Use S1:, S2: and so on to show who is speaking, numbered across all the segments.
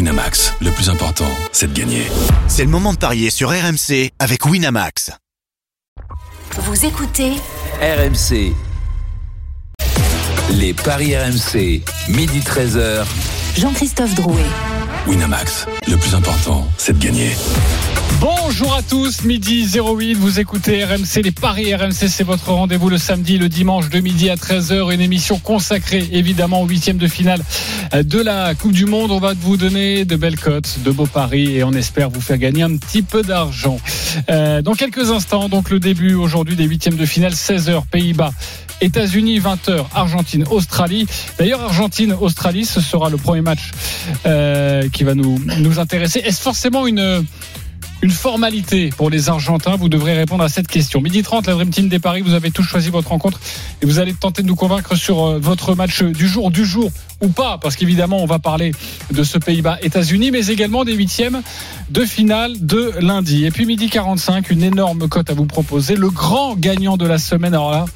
S1: Winamax, le plus important, c'est de gagner.
S2: C'est le moment de parier sur RMC avec Winamax.
S3: Vous écoutez
S4: RMC. Les paris RMC, midi 13h.
S3: Jean-Christophe Drouet.
S1: Winamax, le plus important, c'est de gagner.
S5: Bonjour à tous, midi 08, vous écoutez RMC, les Paris RMC, c'est votre rendez-vous le samedi, le dimanche de midi à 13h, une émission consacrée évidemment au huitième de finale euh, de la Coupe du Monde. On va vous donner de belles cotes, de beaux paris et on espère vous faire gagner un petit peu d'argent. Euh, dans quelques instants, donc le début aujourd'hui des huitièmes de finale, 16h, Pays-Bas. États-Unis 20h, Argentine, Australie. D'ailleurs, Argentine, Australie, ce sera le premier match euh, qui va nous, nous intéresser. Est-ce forcément une, une formalité pour les Argentins Vous devrez répondre à cette question. Midi 30, la Dream Team des Paris, vous avez tous choisi votre rencontre et vous allez tenter de nous convaincre sur euh, votre match du jour, du jour ou pas, parce qu'évidemment, on va parler de ce Pays-Bas, États-Unis, mais également des huitièmes de finale de lundi. Et puis midi 45, une énorme cote à vous proposer. Le grand gagnant de la semaine, alors là,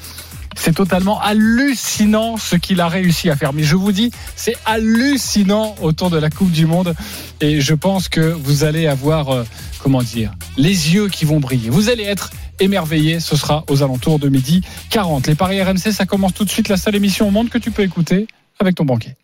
S5: c'est totalement hallucinant ce qu'il a réussi à faire. Mais je vous dis, c'est hallucinant autour de la Coupe du Monde. Et je pense que vous allez avoir, euh, comment dire, les yeux qui vont briller. Vous allez être émerveillés. Ce sera aux alentours de midi 40. Les Paris RMC, ça commence tout de suite. La seule émission au monde que tu peux écouter avec ton banquier.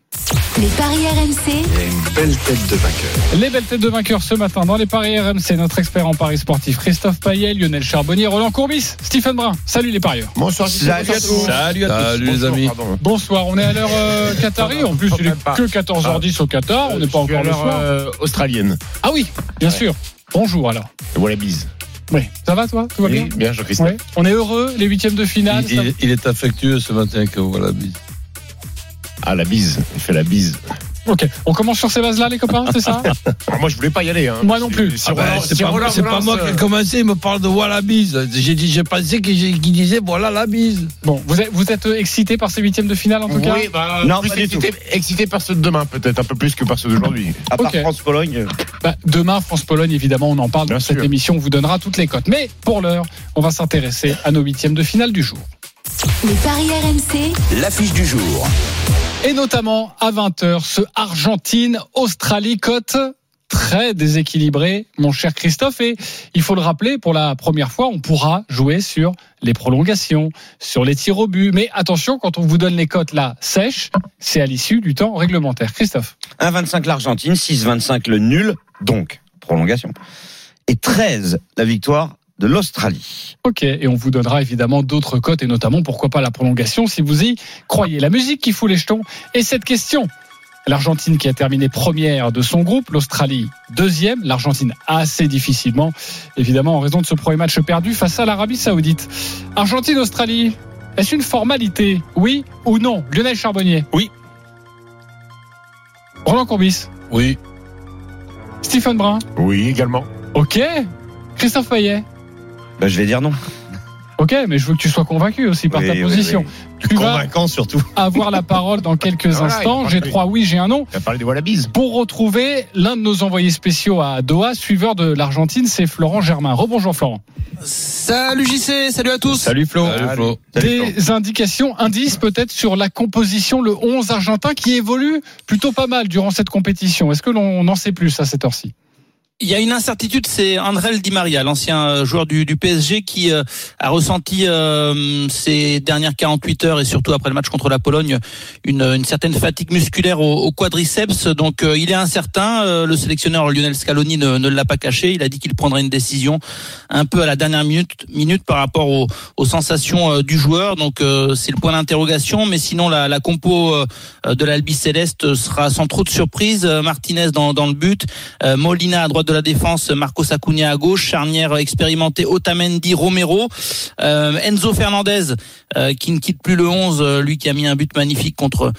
S3: Les paris RMC,
S6: Il y a une belle tête de vainqueur.
S5: Les belles têtes de vainqueurs ce matin dans les Paris RMC. Notre expert en Paris sportif, Christophe Payet, Lionel Charbonnier, Roland Courbis, Stephen Brun. Salut les parieurs.
S7: Bonsoir,
S6: Salut à tous.
S7: Salut à tous.
S8: Salut les
S7: Bonjour,
S8: amis.
S7: pardon.
S5: Bonsoir, on est à l'heure euh, Qatari.
S7: Ah,
S5: En plus, il est que 14h10 au Qatar. On n'est pas
S7: Je suis à
S5: encore le
S7: l'heure,
S5: soir.
S7: euh, australienne.
S5: Ah oui, bien sûr. Bonjour alors.
S7: Voilà bise.
S5: Oui. Ça va toi Tout va bien
S7: Oui, bien Jean-Christophe.
S5: Ouais. On est heureux, les huitièmes de finale.
S8: Il, il- il est affectueux ce matin que vous voilà. bise.
S7: Ah la bise, il fait la bise.
S5: ça- Ok, on commence sur ces bases-là, les copains, c'est ça
S7: Alors, moi je voulais pas y aller. hein.
S5: Moi non plus. bah,
S7: Si- si
S8: Ah ben,
S7: Roland-
S8: c'est
S7: si
S8: pas,
S7: Roland
S8: c'est pas
S7: relance,
S8: moi qui ai
S7: euh,
S8: commencé, il me parle de voilà bise. J'ai dit, j'ai pensé que j'ai- qu'il disait voilà la bise.
S5: Bon, vous êtes, vous êtes euh, excités par ces huitièmes de finale en tout cas
S7: Oui, bah,
S9: Non,
S7: plus
S9: pas du
S7: excité, excité par ceux de demain peut-être, un peu plus que par ceux d'aujourd'hui.
S9: À part
S5: Ok.
S9: France-Pologne.
S5: Bah, Demain, France-Pologne, évidemment, on en parle
S7: Bien
S5: dans cette
S7: sûr.
S5: émission, on vous donnera toutes les cotes. Mais pour l'heure, on va s'intéresser à nos huitièmes de finale du jour.
S3: les paris RMC,
S4: L'affiche du jour.
S5: Et notamment à 20h, ce Argentine-Australie cote très déséquilibré, mon cher Christophe. Et il faut le rappeler, pour la première fois, on pourra jouer sur les prolongations, sur les tirs au but. Mais attention, quand on vous donne les cotes là sèches, c'est à l'issue du temps réglementaire. Christophe,
S9: 1,25 l'Argentine, 6,25 le nul, donc prolongation. Et 13 la victoire de l'Australie.
S5: ok, et on vous donnera évidemment d'autres cotes, et notamment pourquoi pas la prolongation, si vous y croyez. La musique qui fout les jetons, et cette question L'Argentine qui a terminé première de son groupe, l'Australie deuxième, l'Argentine assez difficilement, évidemment en raison de ce premier match perdu face à l'Arabie Saoudite. Argentine-Australie, est-ce une formalité Oui ou non Lionel Charbonnier
S8: Oui.
S5: Roland Courbis
S8: Oui.
S5: Stephen Brun
S7: Oui, également.
S5: Ok Christophe Payet
S9: Bah, je vais dire non.
S5: Ok, mais je veux que tu sois convaincu aussi par
S9: Oui,
S5: ta
S9: oui,
S5: position.
S9: oui.
S5: Tu vas
S7: Convaincant surtout.
S5: avoir la parole dans quelques
S7: Voilà, il
S5: instants.
S7: a
S5: J'ai
S7: parlé.
S5: trois oui, j'ai un non.
S7: Il a parlé de voilà bise.
S5: Pour retrouver l'un de nos envoyés spéciaux à Doha, suiveur de l'Argentine, c'est Florent Germain. Rebonjour Florent.
S10: Salut JC, salut à tous.
S8: Salut Flo.
S7: Salut.
S8: Flo.
S9: Salut, Florent.
S5: Des indications, indices peut-être sur la composition, le 11 argentin qui évolue plutôt pas mal durant cette compétition. Est-ce que l'on en sait plus à cette heure-ci
S10: Il y a une incertitude, c'est Andrel Di Maria, l'ancien euh, joueur du, du PSG qui euh, a ressenti euh, ces dernières 48 heures et surtout après le match contre la Pologne une, une certaine fatigue musculaire au, au quadriceps. Donc euh, il est incertain. Euh, le sélectionneur Lionel Scaloni ne, ne l'a pas caché. Il a dit qu'il prendrait une décision un peu à la dernière minute, minute par rapport au- aux sensations euh, du joueur. Donc euh, c'est le point d'interrogation. Mais sinon la, la compo euh, de l'Albi Céleste sera sans trop de surprise. Euh, Martinez dans, dans le but. Euh, Molina à droite de la défense, Marcos Acuna à gauche, charnière expérimentée Otamendi, Romero, Euh, Enzo Fernandez euh, qui ne quitte plus le 11, euh, lui qui a mis un but magnifique contre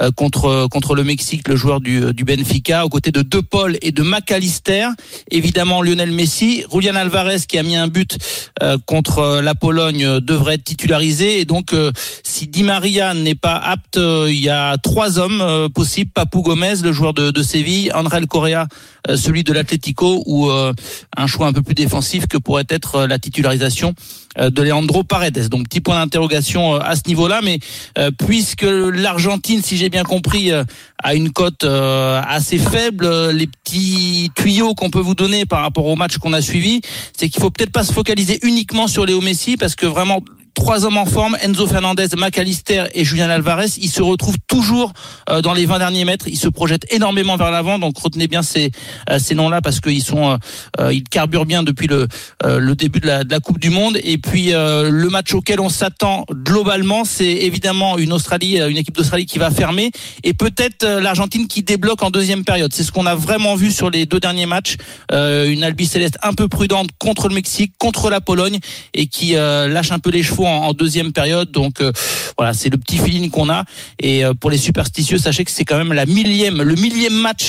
S10: euh, contre contre le Mexique, le joueur du, du Benfica, aux côtés de De Paul et de McAllister, évidemment Lionel Messi, Julian Alvarez qui a mis un but euh, contre euh, la Pologne euh, devrait être titularisé et donc euh, si Di Maria n'est pas apte, euh, il y a trois hommes euh, possibles, Papou Gomez, le joueur de, de Séville, Andrel Correa euh, celui de l'Atlético ou euh, un choix un peu plus défensif que pourrait être euh, la titularisation euh, de Leandro Paredes. Donc petit point d'interrogation euh, à ce niveau-là, mais euh, puisque l'Argentine, si j'ai bien compris, euh, à une cote euh, assez faible. euh, Les petits tuyaux qu'on peut vous donner par rapport au match qu'on a suivi, c'est qu'il faut peut-être pas se focaliser uniquement sur Léo Messi parce que vraiment trois hommes en forme, Enzo Fernandez, McAllister et Julian Alvarez, ils se retrouvent toujours euh, dans les 20 derniers mètres, ils se projettent énormément vers l'avant, donc retenez bien ces, euh, ces noms-là parce qu'ils sont, euh, euh, ils carburent bien depuis le, euh, le début de la, de la Coupe du Monde. Et puis euh, le match auquel on s'attend globalement, c'est évidemment une Australie, euh, une équipe d'Australie qui va fermer et peut-être euh, l'Argentine qui débloque en deuxième période. C'est ce qu'on a vraiment vu sur les deux derniers matchs, Euh, une Albi Céleste un peu prudente contre le Mexique, contre la Pologne et qui euh, lâche un peu les chevaux en, en deuxième période. Donc euh, voilà, c'est le petit feeling qu'on a. Et euh, pour les superstitieux, sachez que c'est quand même la millième, le millième match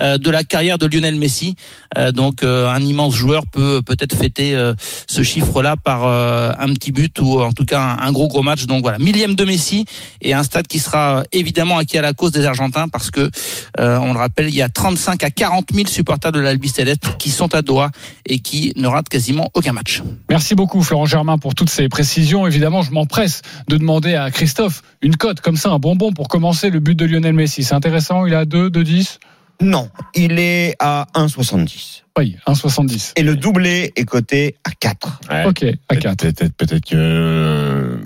S10: euh, de la carrière de Lionel Messi. Euh, donc euh, un immense joueur peut peut-être fêter euh, ce chiffre-là par euh, un petit but ou en tout cas un, un gros gros match. Donc voilà, millième de Messi et un stade qui sera euh, évidemment acquis à la cause des Argentins parce que euh, on le rappelle, il y a 35 à 40 000 supporters de l'Albi Céleste qui sont à Doha et qui ne ratent quasiment aucun match.
S5: Merci beaucoup Florent Germain pour toutes ces précisions. Évidemment, je m'empresse de demander à Christophe une cote comme ça, un bonbon pour commencer le but de Lionel Messi. C'est intéressant, il a 2, 2, 10
S9: Non, il est à 1,70.
S5: Oui, 1,70.
S9: Et le doublé est coté à 4.
S7: Ouais.
S5: Ok, à 4.
S7: Peut-être peut-être- peut-être que euh,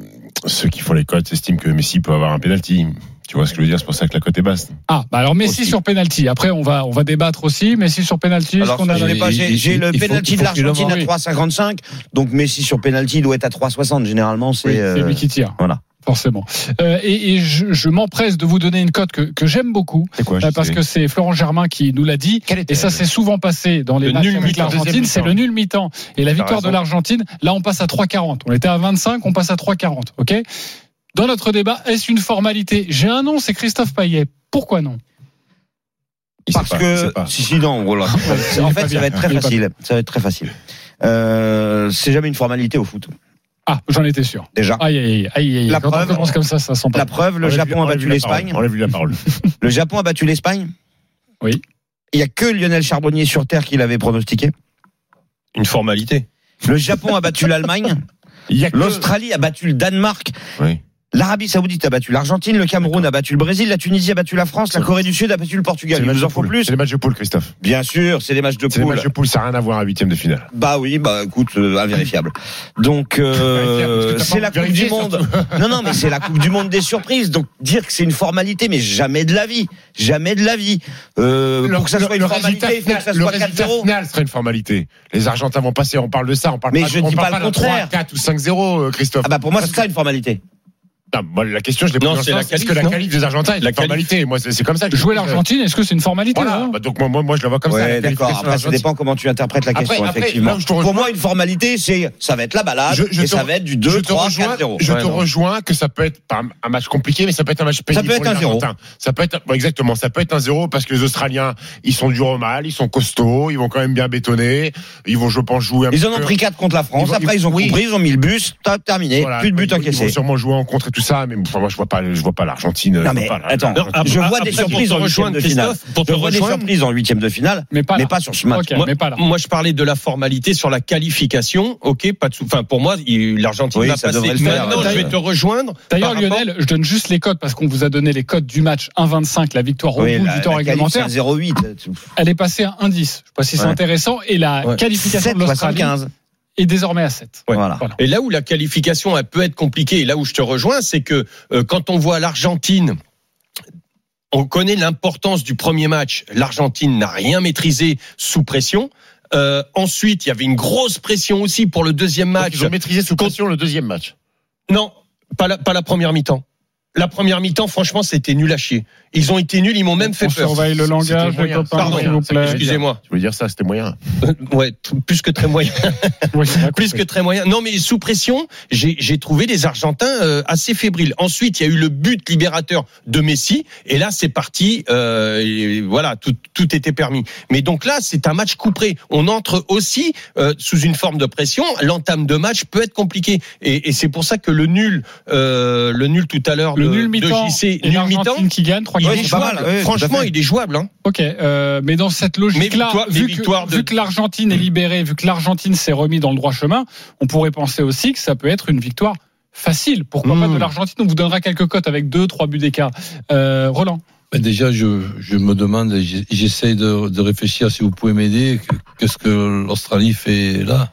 S7: ceux qui font les cotes estiment que Messi peut avoir un penalty. Tu vois ce que je veux dire C'est pour ça que la cote est basse.
S5: Ah, bah alors Messi
S9: Aussi.
S5: sur penalty. Après, on va, on va débattre aussi. Messi sur penalty, est-ce
S9: Alors,
S5: qu'on a
S9: je l'ai pas,
S8: il-
S9: j'ai
S8: il-
S9: j'ai
S8: il-
S9: le
S8: il faut-
S9: penalty
S8: il
S9: de
S8: faut qu'il
S9: l'Argentine à
S5: le vende.
S9: 3,55. Donc Messi sur penalty doit être à 3,60. Généralement, c'est.
S5: Oui, c'est
S9: euh,
S5: lui qui tire.
S9: voilà.
S5: Forcément. Euh, et et je, je m'empresse de vous donner une cote que, que j'aime beaucoup,
S7: C'est quoi
S5: euh, parce que c'est Florent Germain qui nous l'a dit.
S7: Quel était
S5: Et ça s'est souvent passé dans les
S7: Le
S5: matchs
S7: nul
S5: avec
S7: mi-temps,
S5: l'Argentine,
S7: deuxième
S5: c'est
S7: mi-temps.
S5: le nul mi-temps. Et la victoire de
S7: raison.
S5: l'Argentine, là on passe à 3,40. On était à 25, on passe à 3,40. Ok Dans notre débat, est-ce une formalité J'ai un nom, c'est Christophe Payet. Pourquoi non
S7: Il sait
S9: Parce
S7: pas, il sait
S9: que
S7: pas.
S9: si si non, voilà. en
S5: pas
S9: fait, ça
S5: bien,
S9: va être très
S5: il est pas
S9: facile. Ça va être très facile. Euh, c'est jamais une formalité au foot.
S5: Ah, j'en étais sûr.
S9: Déjà.
S5: Aïe, aïe, aïe, aïe.
S9: La
S5: Quand on
S9: preuve-
S5: commence comme ça, ça sent pas.
S9: La preuve, le
S7: Enlève-lui-
S9: Japon a battu
S7: enlève-lui la parole.
S9: l'Espagne.
S7: Enlève-lui la parole.
S9: Le Japon a battu l'Espagne.
S5: Oui.
S9: Il y a que Lionel Charbonnier sur terre qui l'avait pronostiqué.
S6: Une formalité.
S9: Le Japon a battu l'Allemagne.
S7: Il y a que-
S9: L'Australie a battu le Danemark.
S7: Oui.
S9: L'Arabie Saoudite a battu l'Argentine. Le Cameroun a battu le Brésil. La Tunisie a battu la France. La Corée du Sud a battu le
S7: C'est
S9: Portugal.
S7: les
S9: Il
S7: matchs
S9: nous
S7: de
S9: en faut
S7: poule.
S9: plus.
S7: C'est les matchs de poule, Christophe.
S9: Bien sûr, c'est les matchs de
S7: C'est les
S9: poule.
S7: matchs de poule, ça n'a rien à voir à huitième de finale.
S9: Bah oui, bah écoute, euh, invérifiable. Donc
S7: Invérifiable,
S9: euh,
S7: parce que t'as
S9: c'est
S7: pas
S9: la Coupe
S7: vérifié,
S9: du Monde. Non, non, mais c'est la Coupe du Monde des surprises. Donc dire que c'est une formalité, mais jamais de la vie, jamais de la vie. Euh,
S7: Le-
S9: pour que ça
S7: le-
S9: soit une
S7: le
S9: formalité,
S7: résultat
S9: il faut que ça
S7: final-
S9: soit
S7: Le résultat
S9: 4-0.
S7: final serait une formalité. Les Argentins vont passer, on parle de ça, on parle
S9: Mais
S7: pas,
S9: je
S7: on
S9: dis
S7: parle
S9: pas le
S7: d'un
S9: contraire.
S7: 3, 4 ou 5-0, euh, Christophe.
S9: Ah bah pour moi c'est ça une formalité.
S7: Ah, Non, moi, la question, je l'ai
S6: Non,
S7: posée
S6: c'est
S7: en
S6: la
S7: sens, Est-ce
S6: qualif,
S7: que la
S6: non
S7: qualif des Argentins est
S6: La
S7: une formalité Moi, c'est c'est comme ça que je
S5: Jouer
S7: le dis, euh,
S5: l'Argentine, est-ce que c'est une formalité
S7: Voilà.
S5: là
S7: Bah, donc moi, moi, moi, je la vois comme ça.
S9: Ouais,
S7: la qualif
S9: d'accord.
S7: des
S9: Après ça
S7: Argentins.
S9: dépend comment tu interprètes la
S7: Après,
S9: question
S7: après,
S9: effectivement.
S7: là où je te
S9: Pour
S7: rejoins-
S9: moi une formalité c'est ça va être la balade
S7: Je- je
S9: et
S7: te-
S9: ça va être du
S7: je
S9: 2
S7: te
S9: 3
S7: rejoins,
S9: 4 0.
S7: je
S9: Ouais,
S7: te
S9: non.
S7: rejoins que ça peut être pas un- un match compliqué, mais ça peut être un match pénible
S9: peut être
S7: pour les
S9: un zéro.
S7: Argentins. Ça peut être ouais, exactement, ça peut être un zéro parce que les Australiens, ils sont durs au mal, ils sont costauds, ils vont quand même bien bétonner, ils vont, je pense, jouer. Un
S9: Ils
S7: petit
S9: en ont
S7: peu.
S9: pris 4 contre la France,
S7: Ils vont-
S9: après ils ont
S7: oui.
S9: compris, ils ont mis le bus, t'as terminé,
S7: Voilà,
S9: plus de but
S7: ils- Ils
S9: encaissé.
S7: vont sûrement jouer en contre et tout ça, mais enfin, moi, je vois pas, je vois pas l'Argentine. je
S9: Non
S7: vois
S9: mais
S7: pas la- ah,
S9: attends,
S6: Non,
S9: je
S6: après-
S9: vois Ah, des
S6: après, pour
S9: surprises
S6: te
S9: en huitième
S6: rejoindre,
S9: de finale.
S6: Christophe, pour te
S9: Je vois des
S6: rejoindre,
S9: surprises en huitième de finale,
S5: Mais pas
S9: mais
S5: là.
S9: pas sur ce match.
S5: Ok, mais pas là.
S6: Moi, je parlais de la formalité sur la qualification. Ok, pas de sou- Enfin, pour moi, il- l'Argentine
S9: Oui,
S6: va
S9: ça
S6: passer.
S9: devrait le faire,
S6: Maintenant,
S9: ouais.
S6: je vais te rejoindre.
S5: D'ailleurs,
S6: par rapport-
S5: Lionel, je donne juste les cotes parce qu'on vous a donné les cotes du match 1,25, la victoire au
S9: Oui,
S5: bout
S9: la-
S5: du temps
S9: la qualif,
S5: réglementaire.
S9: c'est un 0,8.
S5: Elle est passée à 1,10. Je sais pas si c'est
S9: Ouais.
S5: intéressant. Et la
S6: Ouais.
S5: qualification de l'Australie
S9: 7,75.
S5: est désormais à 7.
S6: Ouais.
S9: Voilà.
S5: Voilà.
S6: Et là où la qualification elle peut être compliquée, et là où je te rejoins, c'est que euh, quand on voit l'Argentine, on connaît l'importance du premier match. L'Argentine n'a rien maîtrisé sous pression. Euh, ensuite, il y avait une grosse pression aussi pour le deuxième
S7: Donc,
S6: match.
S7: Ils ont maîtrisé sous pression le deuxième match.
S6: Non, pas la, pas la première mi-temps. La première mi-temps, franchement, c'était nul à chier. Ils ont été nuls, ils m'ont même fait
S5: On
S6: peur.
S5: surveille le langage,
S7: C'était
S5: les
S7: moyen,
S5: copains,
S6: c'était
S5: s'il vous
S7: moyen,
S5: plaît.
S6: Excusez-moi. Euh,
S7: Je voulais dire ça, c'était moyen.
S6: Ouais, t- plus que très moyen.
S5: Oui, on a
S6: plus que
S5: compris.
S6: très moyen. Non, mais sous pression, j'ai j'ai trouvé les Argentins euh, assez fébriles. Ensuite, il y a eu le but libérateur de Messi, et là, c'est parti. euh, et voilà, tout, tout était permis. Mais donc là, c'est un match couperé. On entre aussi euh, sous une forme de pression. L'entame de match peut être compliquée, et, et c'est pour ça que le nul, euh, le nul tout à l'heure,
S5: Le
S6: de,
S5: nul mi-temps.
S6: de JC,
S5: et
S6: nul mi-temps.
S5: l'Argentine qui gagne, 3
S6: Il
S9: Ouais,
S6: est
S9: c'est pas mal,
S6: jouable.
S9: ouais, tout à
S6: Franchement,
S9: fait.
S6: il est jouable. Hein.
S5: Ok, euh, mais dans cette logique-là,
S6: victoires- mais
S5: vu, que-
S6: victoires de-
S5: vu que l'Argentine est libérée, vu que l'Argentine s'est remis dans le droit chemin, on pourrait penser aussi que ça peut être une victoire facile. Pourquoi pas
S6: Mmh.
S9: Hmm.
S5: de l'Argentine On vous donnera quelques cotes avec 2-3 buts d'écart. Euh, Roland
S10: Mais déjà, je, je me demande, j'ai- j'essaie de, de réfléchir si vous pouvez m'aider. que- Qu'est-ce que l'Australie fait là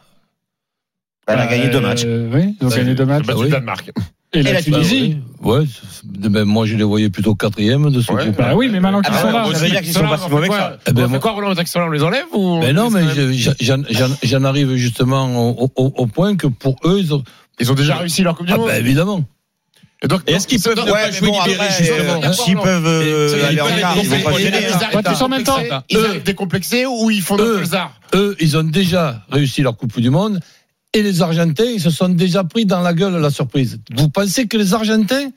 S9: Bah, Elle a gagné deux matchs. bah,
S5: Euh, oui, ils ont gagné deux matchs.
S7: Bah, c'est
S10: oui.
S7: le Danemark.
S5: Et la
S9: la
S5: Tunisie
S10: Ouais, c'est- ben, moi je les voyais plutôt quatrième de ce
S7: Ouais.
S10: groupe.
S5: Bah oui, mais maintenant qu'ils
S9: Ah,
S5: sont
S9: ouais,
S5: là.
S9: on
S7: Aussi,
S9: veut dire qu'ils sont pas
S7: on
S9: si
S7: fait
S9: mauvais que
S7: quoi
S9: ça.
S10: Eh ben,
S7: On fait
S10: moi-
S7: quoi, Roland On attaque Solar, on les enlève ou
S10: Mais non, mais
S7: on-
S10: je- j'en- j'en j'en arrive justement au, au- au point que pour eux, ils ont...
S7: Ils ont déjà réussi leur Coupe du
S10: ah
S7: Monde.
S10: bah évidemment.
S7: Et donc,
S11: Est-ce qu'ils peuvent ne
S9: Ouais,
S11: pas
S9: mais
S11: jouer
S9: bon,
S11: libéré
S9: après,
S11: justement
S9: euh, s'ils peuvent euh,
S11: Ça, il y a
S9: aller
S11: pas
S9: en
S11: les
S9: quart, ils vont pas
S11: décomplexés.
S9: gêner.
S11: Ils
S9: hein.
S7: arrêtent
S5: tous en même temps.
S7: décomplexer. Ils arrivent décomplexés ou ils font
S10: Eux.
S7: notre Zar
S10: Eux, ils ont
S9: hein.
S10: déjà réussi leur Coupe du Monde et les Argentins, ils se sont déjà pris dans la gueule la surprise. Vous pensez que les Argentins,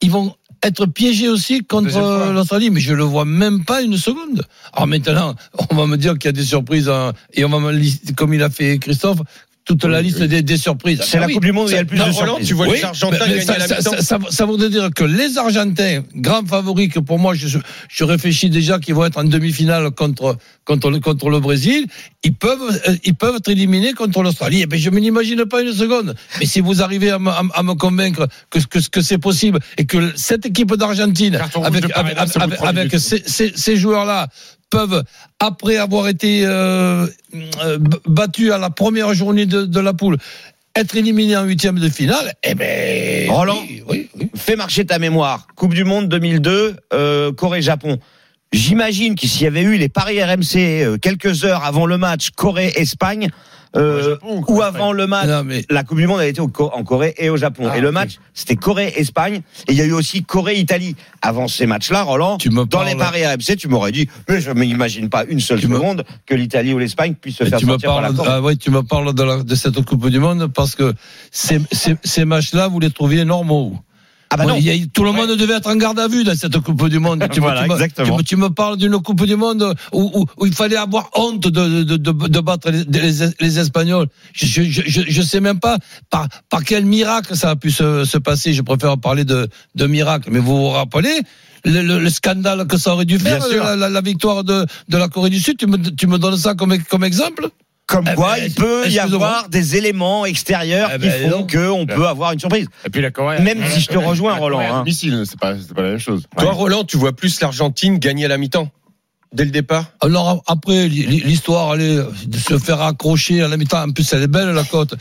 S10: ils vont être piégés aussi contre
S7: Deuxième fois.
S10: euh, l'Australie Mais je le vois même pas une seconde. Alors maintenant, on va me dire qu'il y a des surprises hein, et on va me lister, comme il a fait Christophe, toute la liste des, des surprises.
S9: C'est
S10: Ah
S9: la
S10: oui.
S9: Coupe du Monde où il y a le plus
S10: Non,
S9: de
S11: Roland,
S9: surprises.
S11: tu vois
S10: Oui,
S11: les Argentins
S10: mais- mais
S11: gagner
S10: ça,
S11: à la
S10: ça-
S11: mi-temps.
S10: ça- ça- Ah, ça voudrait dire que les Argentins, grands favoris que pour moi, je, je réfléchis déjà qu'ils vont être en demi-finale contre, contre, le, contre le Brésil, ils peuvent, euh, ils peuvent être éliminés contre l'Australie. Et ben je ne m'imagine pas une seconde. Mais si vous arrivez à, me- à me- à me convaincre que, que, que c'est possible et que cette équipe d'Argentine,
S7: Carton rouge
S10: avec,
S7: de Paredes
S10: avec,
S7: au bout de
S10: avec-
S7: trois
S10: avec
S7: minutes.
S10: ces, ces- ces joueurs-là, peuvent, après avoir été euh, euh, b- battus à la première journée de, de la poule, être éliminés en huitième de finale, eh ben.
S9: Roland.
S10: oui, oui, oui.
S9: Fais marcher ta mémoire. Coupe du Monde 2002, euh, Corée-Japon. J'imagine que s'il y avait eu les paris RMC euh, quelques heures avant le match Corée-Espagne, euh,
S7: Corée-Japon ou
S9: ou
S7: Corée-Espagne
S9: avant le match
S10: Non, mais.
S9: la Coupe du Monde a été au Co- en Corée et au Japon.
S7: Ah,
S9: et le
S7: ok.
S9: match, c'était Corée-Espagne. Et il y a eu aussi Corée-Italie. Avant ces matchs-là, Roland,
S10: Tu me
S9: dans
S10: parles-
S9: les paris RMC, tu m'aurais dit, mais je m'imagine pas une seule
S10: Tu me-
S9: seconde que l'Italie ou l'Espagne puissent se
S10: Mais
S9: faire
S10: tu me
S9: sortir par la
S10: parles,
S9: Corée.
S10: ah ouais, tu me parles de, la- de cette Coupe du Monde parce que ces, ces- ces matchs-là, vous les trouviez normaux.
S9: Ah bah
S10: Bon,
S9: non.
S10: il y a- tout le monde devait être en garde à vue dans cette Coupe du Monde. Tu, me-
S9: Voilà,
S10: tu me,
S9: exactement.
S10: tu me- tu me parles d'une Coupe du Monde où, où- où il fallait avoir honte de, de, de- de battre les, les- les Espagnols. Je ne je, je, je sais même pas par, par quel miracle ça a pu se, se passer. Je préfère parler de, de miracle. Mais vous vous rappelez le, le- le scandale que ça aurait dû faire,
S9: Bien sûr.
S10: la, la- la victoire de, de la Corée du Sud, tu me, tu me donnes ça comme, comme exemple
S9: Comme
S10: Eh
S9: quoi,
S10: ben,
S9: il peut y
S10: excusez-moi.
S9: avoir des éléments extérieurs
S10: Eh
S9: qui
S10: ben,
S9: font
S10: non.
S9: qu'on peut avoir une surprise.
S7: Et puis la Corée.
S9: Même si je te rejoins,
S7: La
S9: Roland,
S7: Corée à
S9: hein.
S7: domicile, c'est pas, c'est pas la même chose.
S11: Toi, Roland, tu vois plus l'Argentine gagner à la mi-temps dès le départ
S10: Alors après, li- li- l'histoire, elle est de se faire accrocher à la mi-temps. En plus, elle est belle, la cote.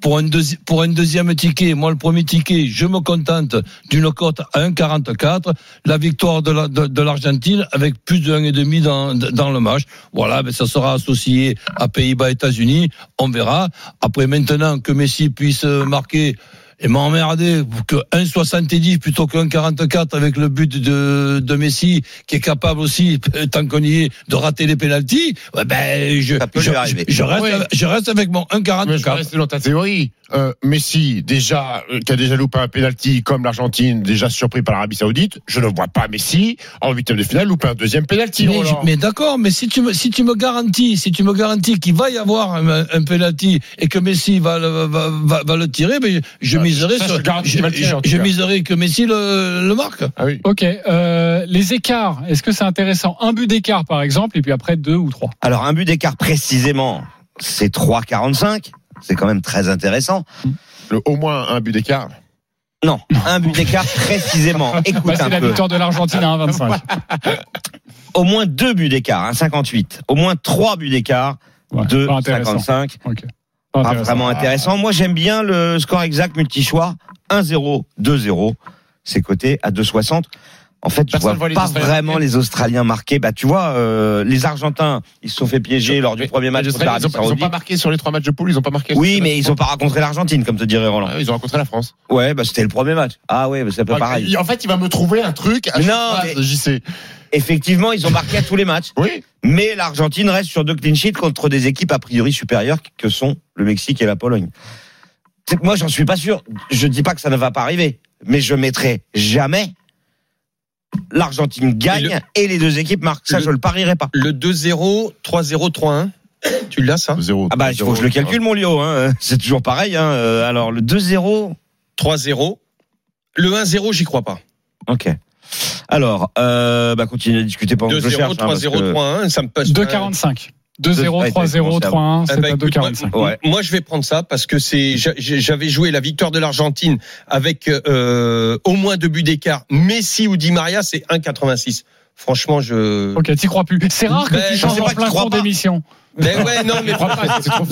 S10: Pour un, deuxi- pour un deuxième ticket, moi, le premier ticket, je me contente d'une cote à 1,44. La victoire de la- de de l'Argentine avec plus de 1,5 dans, dans le match. Voilà, mais ça sera associé à Pays-Bas, États-Unis. On verra. Après, maintenant, que Messi puisse euh, marquer et m'emmerder que 1,70 plutôt que 1,44 avec le but de, de Messi qui est capable aussi, tant qu'on y est, de rater les pénalties, ouais, ben, je,
S9: Ça peut lui
S10: je,
S9: arriver.
S10: je reste,
S7: Ouais.
S10: je reste avec mon
S7: Mais je
S10: 1,44.
S7: reste dans ta théorie. Euh, Messi, déjà, euh, qui a déjà loupé un penalty comme l'Argentine, déjà surpris par l'Arabie Saoudite, je ne vois pas Messi en huitième de finale louper un deuxième penalty.
S10: Mais,
S7: Roland.
S10: je- mais d'accord, mais si tu me si tu me garantis, si tu me garantis qu'il va y avoir un, un penalty et que Messi va le, va, va- va le tirer, mais je
S7: Ah,
S10: miserai
S7: ça, je
S10: sur-
S7: te garantis
S10: je,
S7: qu'il va le tirer, en tout
S10: je
S7: cas.
S10: miserai que Messi le, le marque.
S7: Ah oui.
S5: Ok, euh, les écarts, est-ce que c'est intéressant Un but d'écart par exemple, et puis après deux ou trois.
S9: Alors un but d'écart précisément, c'est 3,45. C'est quand même très intéressant.
S7: Le- au moins un but d'écart.
S9: Non, un but d'écart précisément.
S5: Bah,
S9: Écoute
S5: c'est
S9: un
S5: la
S9: peu.
S5: victoire de l'Argentine à 1,25.
S9: Au moins deux buts d'écart, hein, 58. Au moins trois buts d'écart,
S5: Ouais,
S9: de
S5: pas intéressant.
S9: 55.
S5: Ok.
S9: Pas
S5: intéressant.
S9: vraiment
S7: Ah,
S9: intéressant. Moi j'aime bien le score exact multi-choix 1-0, 2-0. C'est coté à 2,60. En fait, je
S7: Personne
S9: vois
S7: voit les
S9: pas
S7: Australiens
S9: vraiment les Australiens marqués. Bah, tu vois, euh, les Argentins, ils se sont fait piéger lors du
S7: Mais-
S9: premier match
S7: mais
S9: contre
S7: Israël,
S9: l'Arabie
S7: ils n'ont
S9: Saoudite.
S7: pas marqué sur les trois matchs de poule, ils n'ont pas marqué.
S9: Oui, mais ils ont pas rencontré l'Argentine, comme te dirait Roland.
S7: Ah, ils ont rencontré la France.
S9: Ouais, bah c'était le premier match. Ah ouais, bah, c'est pas pareil.
S7: Il- En fait, il va me trouver un truc. À
S9: Mais
S7: chaque
S9: non,
S7: phrase,
S9: mais-
S7: JC.
S9: Effectivement, ils ont marqué à tous les matchs.
S7: Oui.
S9: Mais l'Argentine reste sur deux clean sheets contre des équipes a priori supérieures que sont le Mexique et la Pologne. C'est- Moi, j'en suis pas sûr. Je dis pas que ça ne va pas arriver, mais je mettrai jamais l'Argentine gagne et, les deux équipes marquent. Ça,
S11: le-
S9: je le parierai pas.
S11: Le 2-0, 3-0, 3-1. Tu l'as, ça
S7: Zéro.
S9: Ah bah, il faut que je le calcule, mon Lio. Hein. C'est toujours pareil. Hein. Euh, Alors, le 2-0.
S11: 3-0. Le 1-0, j'y crois pas.
S9: Ok. Alors, euh, bah, continuez à discuter pendant que je
S11: 2-0,
S9: cherche. hein, parce
S11: 3-0,
S9: que-
S11: 3-1, ça me passe.
S5: euh, 2,45. 2-0,
S9: Ouais,
S5: 3-0,
S9: c'est
S5: 3-1,
S11: Ah
S5: c'est
S11: bah,
S5: à
S11: écoute,
S5: 2,45.
S11: moi,
S9: Ouais.
S11: moi, je vais prendre ça parce que c'est j'a- j'ai- j'avais joué la victoire de l'Argentine avec euh, au moins deux buts d'écart. Messi ou Di Maria, c'est 1,86.
S6: Franchement, je.
S5: Ok, t'y crois plus. C'est rare que
S6: Ben,
S5: tu
S6: je
S5: changes
S6: sais
S5: en
S6: pas,
S5: plein
S6: tu crois
S5: cours
S6: pas.
S5: d'émission.
S6: Mais ouais, non, mais.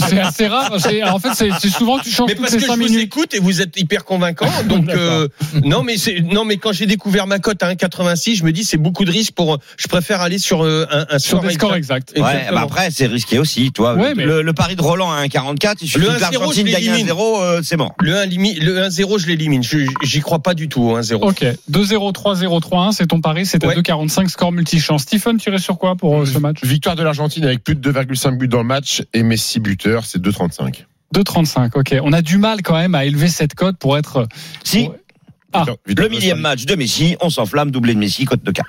S5: C'est assez rare. c'est- En fait, c'est c'est souvent tu changes
S6: Mais
S5: toutes
S6: parce que
S5: les
S6: je
S5: 5
S6: vous
S5: minutes.
S6: écoute et vous êtes hyper convaincant. Donc euh, non, mais c'est non, mais quand j'ai découvert ma cote à 1,86, je me dis c'est beaucoup de risque pour. Je préfère aller sur euh, un, un
S5: Sur
S6: soir
S5: des scores exacts.
S9: Ouais, bah après, c'est risqué aussi, toi.
S5: Ouais,
S9: le,
S5: mais-
S9: le- le pari de Roland à 1,44, il suffit
S6: Le
S9: que
S6: 1-0,
S9: l'Argentine
S6: je
S9: gagne
S6: l'élimine.
S9: 1-0, euh, c'est mort.
S6: Le 1 limi- le 1-0, je l'élimine. Je- J'y crois pas du tout au 1-0.
S5: Ok, 2-0-3-0-3-1, c'est ton pari, c'est à
S6: Ouais.
S5: 2,45, score multichamp. Stephen, tu restes sur quoi pour euh, ce match
S7: Victoire de l'Argentine avec plus de 2,5 buts dans le match et Messi buteur, c'est 2,35.
S5: 2,35, ok. On a du mal quand même à élever cette cote pour être.
S9: Si,
S5: Ah,
S7: Victoire-
S9: le
S7: victoire de
S9: millième match de Messi, on s'enflamme, doublé de Messi, cote de 4.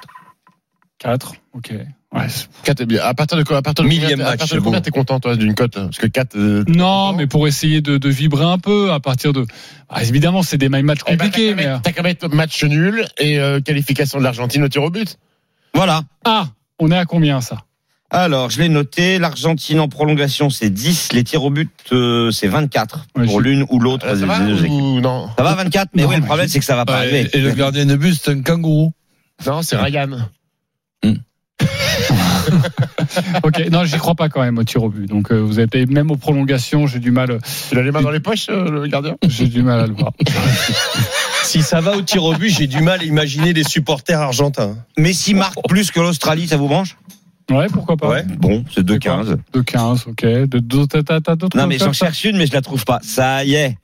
S5: 4, ok. Ouais, c'est-
S7: Quatre, eh bien, à partir de quoi à partir de
S6: Millième
S7: combien, à
S6: match,
S7: partir de
S6: c'est
S7: combien
S6: beau.
S7: t'es content toi d'une cote parce que 4 euh,
S5: Non, mais pour essayer de, de vibrer un peu à partir de. Ah, évidemment, c'est des my match
S7: eh ben,
S5: compliqués,
S7: t'as qu'à
S5: mais. euh.
S7: mettre- t'as qu'à mettre match nul et euh, qualification de l'Argentine au tir au but
S9: Voilà.
S5: Ah, on est à combien ça
S9: Alors, je l'ai noté, l'Argentine en prolongation, c'est 10, les tirs au but, euh, c'est 24
S5: Ouais,
S9: pour
S5: je-
S9: l'une ou l'autre
S7: Ah,
S9: des
S7: ça va
S9: des deux équipes.
S7: ou non
S9: Ça va 24, mais
S5: Non,
S9: oui, le
S5: mais-
S9: problème, c'est que ça va pas
S8: Ouais,
S9: arriver.
S8: Et, et le gardien de but, c'est un kangourou.
S7: non c'est Ryan
S5: Ok, non, j'y crois pas quand même au tir au but. Donc, euh, vous avez payé même aux prolongations, j'ai du mal,
S7: il a les mains dans les poches euh, le gardien
S5: j'ai du mal à le voir.
S6: Si ça va au tir au but, j'ai du mal à imaginer des supporters argentins.
S9: Messi marque plus que l'Australie, ça vous branche
S5: Ouais, pourquoi pas
S6: Ouais.
S9: Bon, c'est
S5: C'est quoi
S9: 2-15.
S5: De 15, ok. De, de- t'as- t'as- t'as d'autres
S9: Non, mais
S5: cotes,
S9: j'en
S5: ça
S9: cherche une, mais je la trouve pas. Ça y est.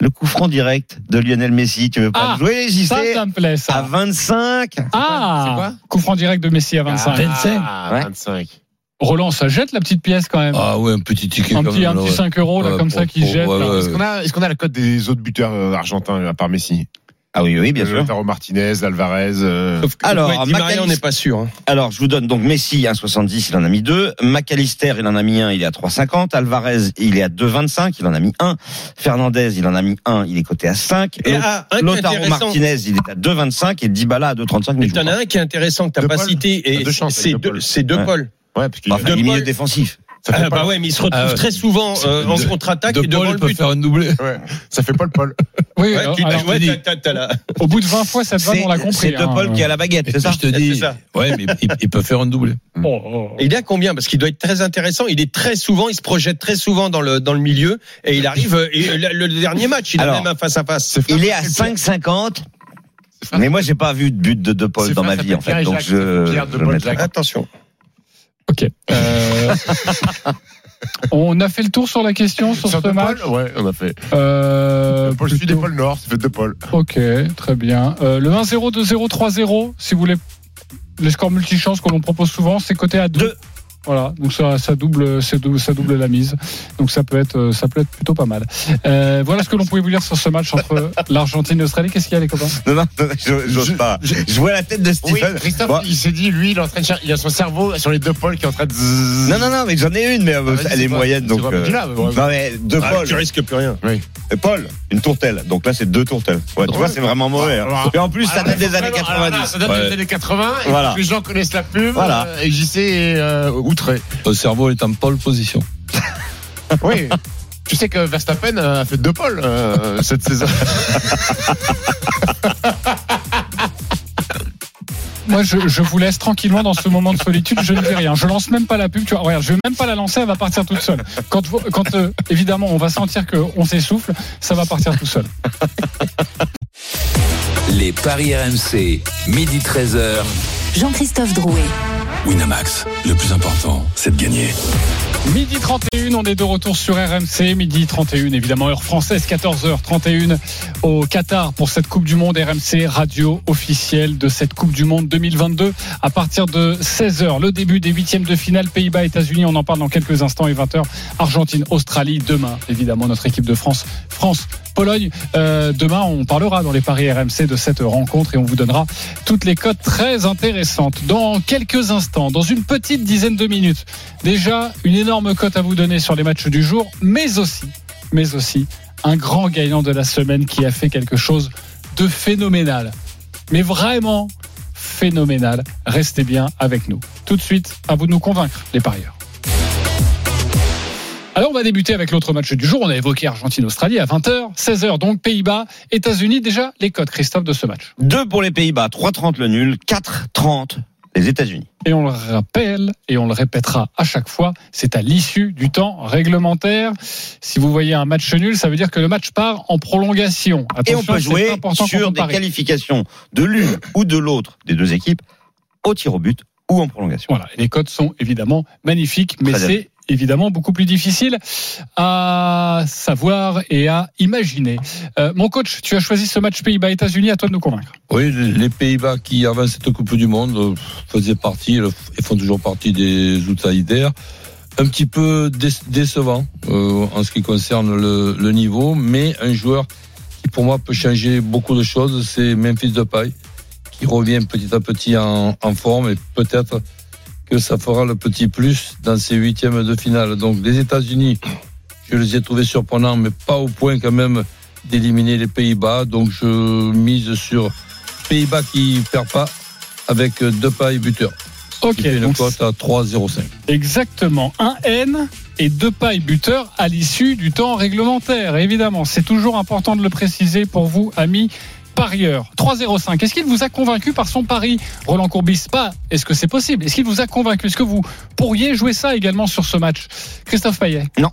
S9: Le coup franc direct de Lionel Messi, tu veux pas
S5: Ah,
S9: le jouer, j'y
S5: Ça,
S9: sais
S5: ça me plaît,
S9: À
S5: ça.
S9: 25
S5: Ah Coup franc direct de Messi à
S9: Ah,
S5: 25.
S8: 25.
S7: ah,
S9: Ouais.
S7: 25
S5: Roland, ça jette la petite pièce quand même.
S8: Ah ouais, un petit ticket
S5: un
S8: quand
S5: petit,
S8: même.
S5: un
S8: là,
S5: petit
S8: ouais.
S5: 5 euros, là,
S8: Ouais,
S5: comme
S8: pour-
S5: ça, qui
S8: pour-
S5: jette.
S8: ouais,
S5: là.
S8: ouais.
S7: est-ce qu'on a est-ce qu'on a la cote des autres buteurs euh, argentins à part Messi Euh,
S9: Ah oui, oui, bien sûr.
S7: Lautaro Martinez Alvarez euh,
S6: Sauf que,
S9: Alors,
S6: ouais, Di Maria, on
S9: Macalister-
S6: n'est pas sûr. hein.
S9: Alors, je vous donne donc Messi, 1,70, il en a mis 2. McAllister, il en a mis 1, il est à 3,50. Alvarez, il est à 2,25, il en a mis 1. Fernandez, il en a mis 1, il est coté à 5.
S6: Et ah, un qui est
S9: Lotaro
S6: intéressant.
S9: Martinez, il est à 2,25 et Dybala à 2,35. mais
S6: Et
S9: je
S6: t'en
S9: vous
S6: as un qui est intéressant que t'as
S7: De
S6: pas
S7: Paul
S6: cité
S7: T'as
S6: et
S7: deux chances
S6: c'est
S7: avec De
S6: deux,
S7: Paul.
S6: c'est De
S9: Ouais.
S6: Paul.
S7: ouais parce qu'il
S9: parle. Enfin,
S6: De
S9: les milieux
S6: Paul-
S9: défensifs.
S7: ça fait
S6: Ah,
S7: pas
S6: bah
S7: le-
S6: ouais, mais il se retrouve
S8: Ah ouais.
S6: très souvent euh, en
S8: De-
S6: contre-attaque
S8: De
S6: et devant
S8: Paul
S6: le
S8: peut
S6: but.
S8: faire un doublé.
S7: ouais, ça fait pas le Paul
S5: Oui,
S6: Ouais,
S5: alors,
S7: ah,
S6: tu-
S5: alors,
S6: ouais, t'as- t'as- t'as la-
S5: au bout de 20 fois, cette vanne,
S9: C'est
S5: on l'a compris.
S9: c'est De
S5: hein.
S9: Paul qui a la baguette, c'est
S8: Et
S9: ça
S8: je te
S6: C'est
S8: dis,
S6: ça.
S8: ouais, mais il, il peut faire un doublé.
S5: Oh, oh, oh.
S6: Il est à combien Parce qu'il doit être très intéressant. Il est très souvent, il se projette très souvent dans le dans le milieu et il arrive. euh, Et le, le dernier match, il
S9: Alors,
S6: a même un face à face.
S9: Il est à 5,50.
S7: ça.
S9: Mais moi, j'ai pas vu de but de De Paul
S7: C'est
S9: dans
S7: ça,
S9: ma
S7: ça
S9: vie, en
S7: s'appelle
S9: fait. Donc,
S7: Pierre et
S9: je.
S7: Jacques. Pierre de
S9: je le
S7: Paul
S9: mettrai.
S7: Jacques.
S6: Attention.
S5: oh. Ok. Euh, on a fait le tour sur la question, sur,
S7: Sur
S5: ce
S7: deux
S5: match.
S7: pôles ouais on a fait
S5: Euh,
S7: Paul sud et
S5: plutôt-
S7: Paul nord ça fait deux Paul
S5: Ok, très bien. Euh, le 1-0, 2-0, 3-0, si vous voulez, les scores multichances que l'on propose souvent, c'est coté à 2.
S9: Deux.
S5: Voilà, donc ça, ça double, c'est dou- ça double la mise. Donc ça peut être, euh, ça peut être plutôt pas mal. Euh, voilà ce que l'on pouvait vous dire sur ce match entre l'Argentine et l'Australie. Qu'est-ce qu'il y a, les copains
S9: Non, non, non, je- j'ose pas. Je vois la tête de
S7: oui,
S9: Stephen.
S7: Christophe,
S9: Bon.
S7: il bah, s'est dit, lui, il, est en train de cher- il a son cerveau sur les deux pôles qui est en train de. zzzz.
S9: Non, non, non, mais j'en ai une, mais euh,
S7: Ah, vas-y,
S9: elle
S7: c'est
S9: est
S7: pas-
S9: moyenne,
S7: c'est
S9: donc.
S7: pas
S9: euh,
S7: grave, ouais.
S9: Non, mais De
S6: Ah,
S9: Paul.
S6: tu risques plus rien.
S9: Et Paul, une tourtelle. Donc là, c'est deux tourtelles. Ouais, tu vois, c'est vraiment mauvais. hein.
S7: Alors,
S9: Et en plus, ça
S7: Ah, Alors,
S9: date des années
S7: alors, alors,
S9: 90.
S7: Ça date
S8: Ouais.
S7: des années 80. Et
S9: Voilà.
S7: que les gens connaissent la plume.
S9: Voilà.
S7: euh, et JC est euh, outré.
S8: Le cerveau est en pole position.
S7: Oui. Tu sais que Verstappen a fait deux pôles euh, cette saison.
S5: Moi, je, je vous laisse tranquillement dans ce moment de solitude. Je ne dis rien. Je lance même pas la pub. Tu vois, regarde, je vais même pas la lancer. Elle va partir toute seule. Quand, vous- quand euh, évidemment, on va sentir qu'on s'essouffle, ça va partir tout seul.
S4: Les paris RMC, midi 13h.
S3: Jean-Christophe Drouet.
S1: Winamax, le plus important, c'est de gagner.
S5: Midi 31, on est de retour sur RMC. Midi 31, évidemment, heure française, 14h31 au Qatar pour cette Coupe du Monde RMC, radio officielle de cette Coupe du Monde 2022. À partir de 16h, le début des huitièmes de finale Pays-Bas, États-Unis, on en parle dans quelques instants, et 20h, Argentine, Australie. Demain, évidemment, notre équipe de France, France, Pologne. Euh, demain, on parlera dans les paris RMC de cette rencontre et on vous donnera toutes les cotes très intéressantes. Dans quelques instants, dans une petite dizaine de minutes, Déjà, une énorme cote à vous donner sur les matchs du jour, mais aussi, mais aussi, un grand gagnant de la semaine qui a fait quelque chose de phénoménal. Mais vraiment phénoménal. Restez bien avec nous. Tout de suite, à vous de nous convaincre, les parieurs. Alors, on va débuter avec l'autre match du jour. On a évoqué Argentine-Australie à 20h, 16h, donc Pays-Bas, États-Unis. Déjà, les codes, Christophe, de ce match.
S9: 2 pour les Pays-Bas, 3,30 le nul, 4,30 les États-Unis.
S5: Et on le rappelle, et on le répétera à chaque fois, c'est à l'issue du temps réglementaire. Si vous voyez un match nul, ça veut dire que le match part en prolongation.
S9: Et
S5: Attention,
S9: on peut
S5: c'est
S9: jouer
S5: important
S9: sur
S5: contre
S9: des
S5: Paris.
S9: qualifications de l'une ou de l'autre des deux équipes au tir au but ou en prolongation.
S5: Voilà, et les codes sont évidemment magnifiques, mais
S9: Très bien.
S5: c'est évidemment beaucoup plus difficile à savoir et à imaginer. Euh, mon coach, tu as choisi ce match Pays-Bas-États-Unis, à toi de nous convaincre.
S8: Oui, les Pays-Bas qui, avant cette Coupe du Monde, euh, faisaient partie euh, et font toujours partie des outsiders. Un petit peu dé- décevant euh, en ce qui concerne le, le niveau, mais un joueur qui, pour moi, peut changer beaucoup de choses, c'est Memphis Depay, qui revient petit à petit en, en forme et peut-être que ça fera le petit plus dans ces huitièmes de finale. Donc, les États-Unis, je les ai trouvés surprenants, mais pas au point quand même d'éliminer les Pays-Bas. Donc, je mise sur Pays-Bas qui perd pas avec deux pailles buteur.
S5: Ok,
S8: Qui fait une
S5: donc
S8: cote à 3,05.
S5: Exactement. Un N et deux pailles buteurs à l'issue du temps réglementaire. Évidemment, c'est toujours important de le préciser pour vous, amis. parieurs. 3-0-5. Est-ce qu'il vous a convaincu par son pari, Roland Courbis Pas. Est-ce que c'est possible Est-ce qu'il vous a convaincu Est-ce que vous pourriez jouer ça également sur ce match Christophe Payet
S9: Non.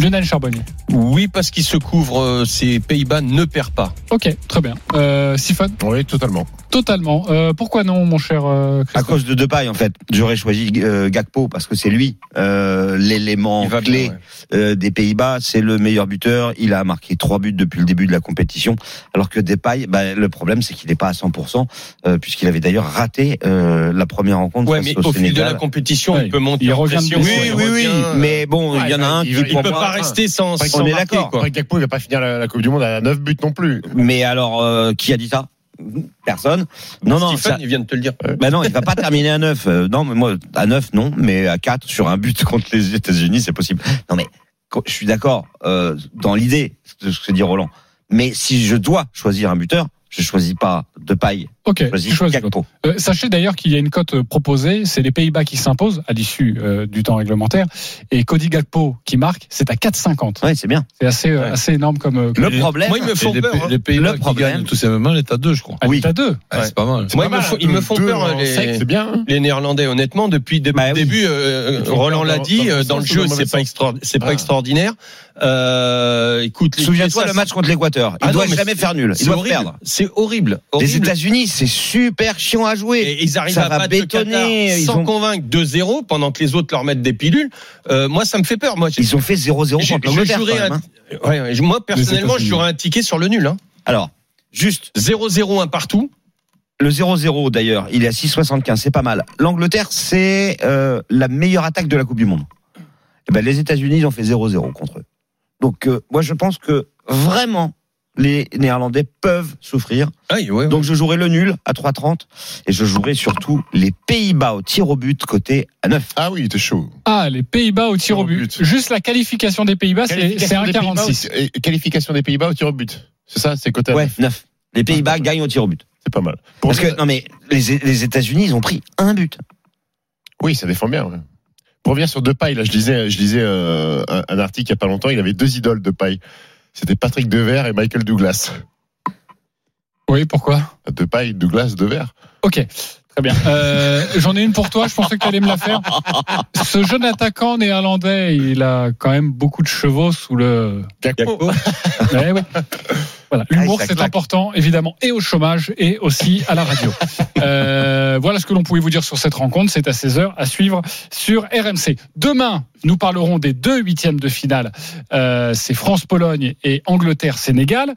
S5: Lionel Charbonnier.
S6: Oui, parce qu'il se couvre, euh, ces Pays-Bas ne perd pas.
S5: Ok, très bien. Euh, Sifon,
S7: Oui, totalement.
S5: totalement. Euh, pourquoi non, mon cher euh,
S9: À
S5: Christophe
S9: cause de Depay, en fait, j'aurais choisi euh, Gakpo parce que c'est lui euh, l'élément
S6: Il va
S9: clé
S6: bien, ouais.
S9: euh, des Pays-Bas. C'est le meilleur buteur. Il a marqué trois buts depuis le début de la compétition. Alors que Depay, bah, le problème, c'est qu'il n'est pas à 100%, euh, puisqu'il avait d'ailleurs raté euh, la première rencontre
S6: Ouais,
S9: face
S6: mais
S9: au,
S6: au fil de
S9: Sénégal.
S6: la compétition,
S5: Ouais,
S6: il peut monter
S5: il
S6: en
S5: revient de
S6: pression.
S5: blessure,
S6: il
S5: il
S6: revient, euh,
S9: mais bon, il y en a
S7: ouais,
S9: un
S7: il
S9: qui
S7: va-
S6: il
S7: il
S9: prend
S6: peut
S7: prend
S6: pas
S7: pas-
S6: rester sans,
S9: On
S6: sans
S9: est
S6: marquer,
S9: d'accord.
S6: quoi.
S7: Après, Gakpo, il va pas finir la, la Coupe du Monde à 9 buts non plus.
S9: Mais alors, euh, qui a dit ça Personne. Non, non,
S6: Stephen,
S9: ça-
S6: il vient de te le dire.
S9: Ben non, il va pas terminer à 9. Euh, non, mais moi, à 9, non, mais à 4 sur un but contre les États-Unis, c'est possible. Non, mais co- je suis d'accord euh, dans l'idée de ce que dit Roland. Mais si je dois choisir un buteur, je choisis pas de paille,
S5: Ok,
S9: je choisis
S5: tu choisis.
S9: Gakpo.
S5: Euh, sachez d'ailleurs qu'il y a une cote euh, proposée, c'est les Pays-Bas qui s'imposent à l'issue euh, du temps réglementaire et Cody Gakpo qui marque, c'est à 4,50.
S9: Ouais, c'est bien.
S5: C'est assez euh,
S6: Ouais.
S5: assez énorme comme euh,
S9: Le
S8: Et-
S9: problème,
S6: Moi, il me
S8: Et
S6: font
S8: les,
S6: peur.
S8: Pays-
S6: hein.
S8: les Pays-Bas
S9: Le
S8: qui
S9: problème-
S8: gagnent tout simplement, l'état 2, je crois.
S5: à
S9: oui.
S5: l'état 2.
S8: Ah, C'est pas mal.
S6: Moi, ils me font, ils me font
S7: hein. Deux
S6: peur,
S7: en sec,
S6: les,
S7: c'est bien. hein.
S6: les Néerlandais, honnêtement. Depuis le
S9: Bah oui.
S6: début, euh,
S7: Ils font
S6: Roland
S7: peur
S6: l'a
S7: dans-
S6: dit,
S7: dans
S6: euh,
S7: le
S6: dans le
S7: sens ou
S6: jeu,
S7: dans le
S6: c'est
S7: mauvais
S6: pas,
S7: sens
S6: extraordinaire. c'est pas
S7: Ah.
S6: extraordinaire. Euh, écoute, les
S9: souviens-toi
S6: USA,
S9: le match contre l'l'Équateur. Ils
S6: Ah non,
S9: doivent
S6: mais
S9: jamais
S6: c'est-
S9: faire nul. Ils
S6: C'est
S9: doivent
S6: horrible.
S9: perdre.
S6: C'est horrible.
S9: Les
S6: horrible.
S9: États-Unis, c'est super chiant à jouer.
S6: Et ils arrivent
S9: ça
S6: à
S9: va
S6: battre
S9: bétonner,
S6: le Qatar
S9: ils
S6: sans
S9: ont-
S6: convaincre 2-0 pendant que les autres leur mettent des pilules. Euh, moi, ça me fait peur. Moi, j'ai-
S9: Ils ont fait 0-0
S6: j'ai-
S9: contre
S6: je
S9: l'Angleterre.
S6: jouerais
S9: quand même,
S6: un-
S9: hein.
S6: Ouais, ouais, moi, personnellement, je
S5: États-Unis.
S6: jouerais un ticket sur le nul. hein.
S9: Alors, juste
S6: 0-0 un partout.
S9: Le 0-0 d'ailleurs, il est à 6,75, c'est pas mal. L'Angleterre, c'est euh, la meilleure attaque de la Coupe du Monde. Eh ben, les États-Unis, ils ont fait 0-0 contre eux. Donc euh, moi, je pense que vraiment, les Néerlandais peuvent souffrir.
S6: Oui, ouais,
S9: Donc je jouerai le nul à 3,30 et je jouerai surtout les Pays-Bas au tir au but côté à 9.
S7: Ah oui, t'es chaud.
S5: Ah, les Pays-Bas au tir au
S7: Au
S5: but.
S7: but.
S5: Juste la qualification des Pays-Bas, c'est c'est
S7: Qualification des Pays-Bas
S5: 1,46.
S7: au- et- Qualification des Pays-Bas au tir au but. C'est ça, c'est côté.
S9: Ouais, 9. Les Pays-Bas
S7: Ouais.
S9: gagnent au tir au but.
S7: C'est pas mal. Pour
S9: Parce
S7: moi,
S9: que non mais les, les États-Unis, ils ont pris un but.
S7: Oui, ça défend bien. ouais. Pour revenir sur Depay, là, je lisais, je lisais euh, un, un article il y a pas longtemps. Il avait deux idoles Depay. C'était Patrick Devers et Michael Douglas.
S5: Oui, pourquoi
S7: Depay, Douglas, Devers.
S5: Ok. Très bien. Euh, J'en ai une pour toi. Je pensais que tu allais me la faire. Ce jeune attaquant néerlandais, il a quand même beaucoup de chevaux sous le
S7: Gakpo.
S5: Ouais, ouais. Eh Voilà, l'humour
S9: ça
S5: c'est
S9: claque.
S5: important évidemment et au chômage et aussi à la radio. Euh, voilà ce que l'on pouvait vous dire sur cette rencontre. C'est à 16h à suivre sur RMC. Demain, nous parlerons des deux huitièmes de finale. Euh, c'est France-Pologne et Angleterre-Sénégal.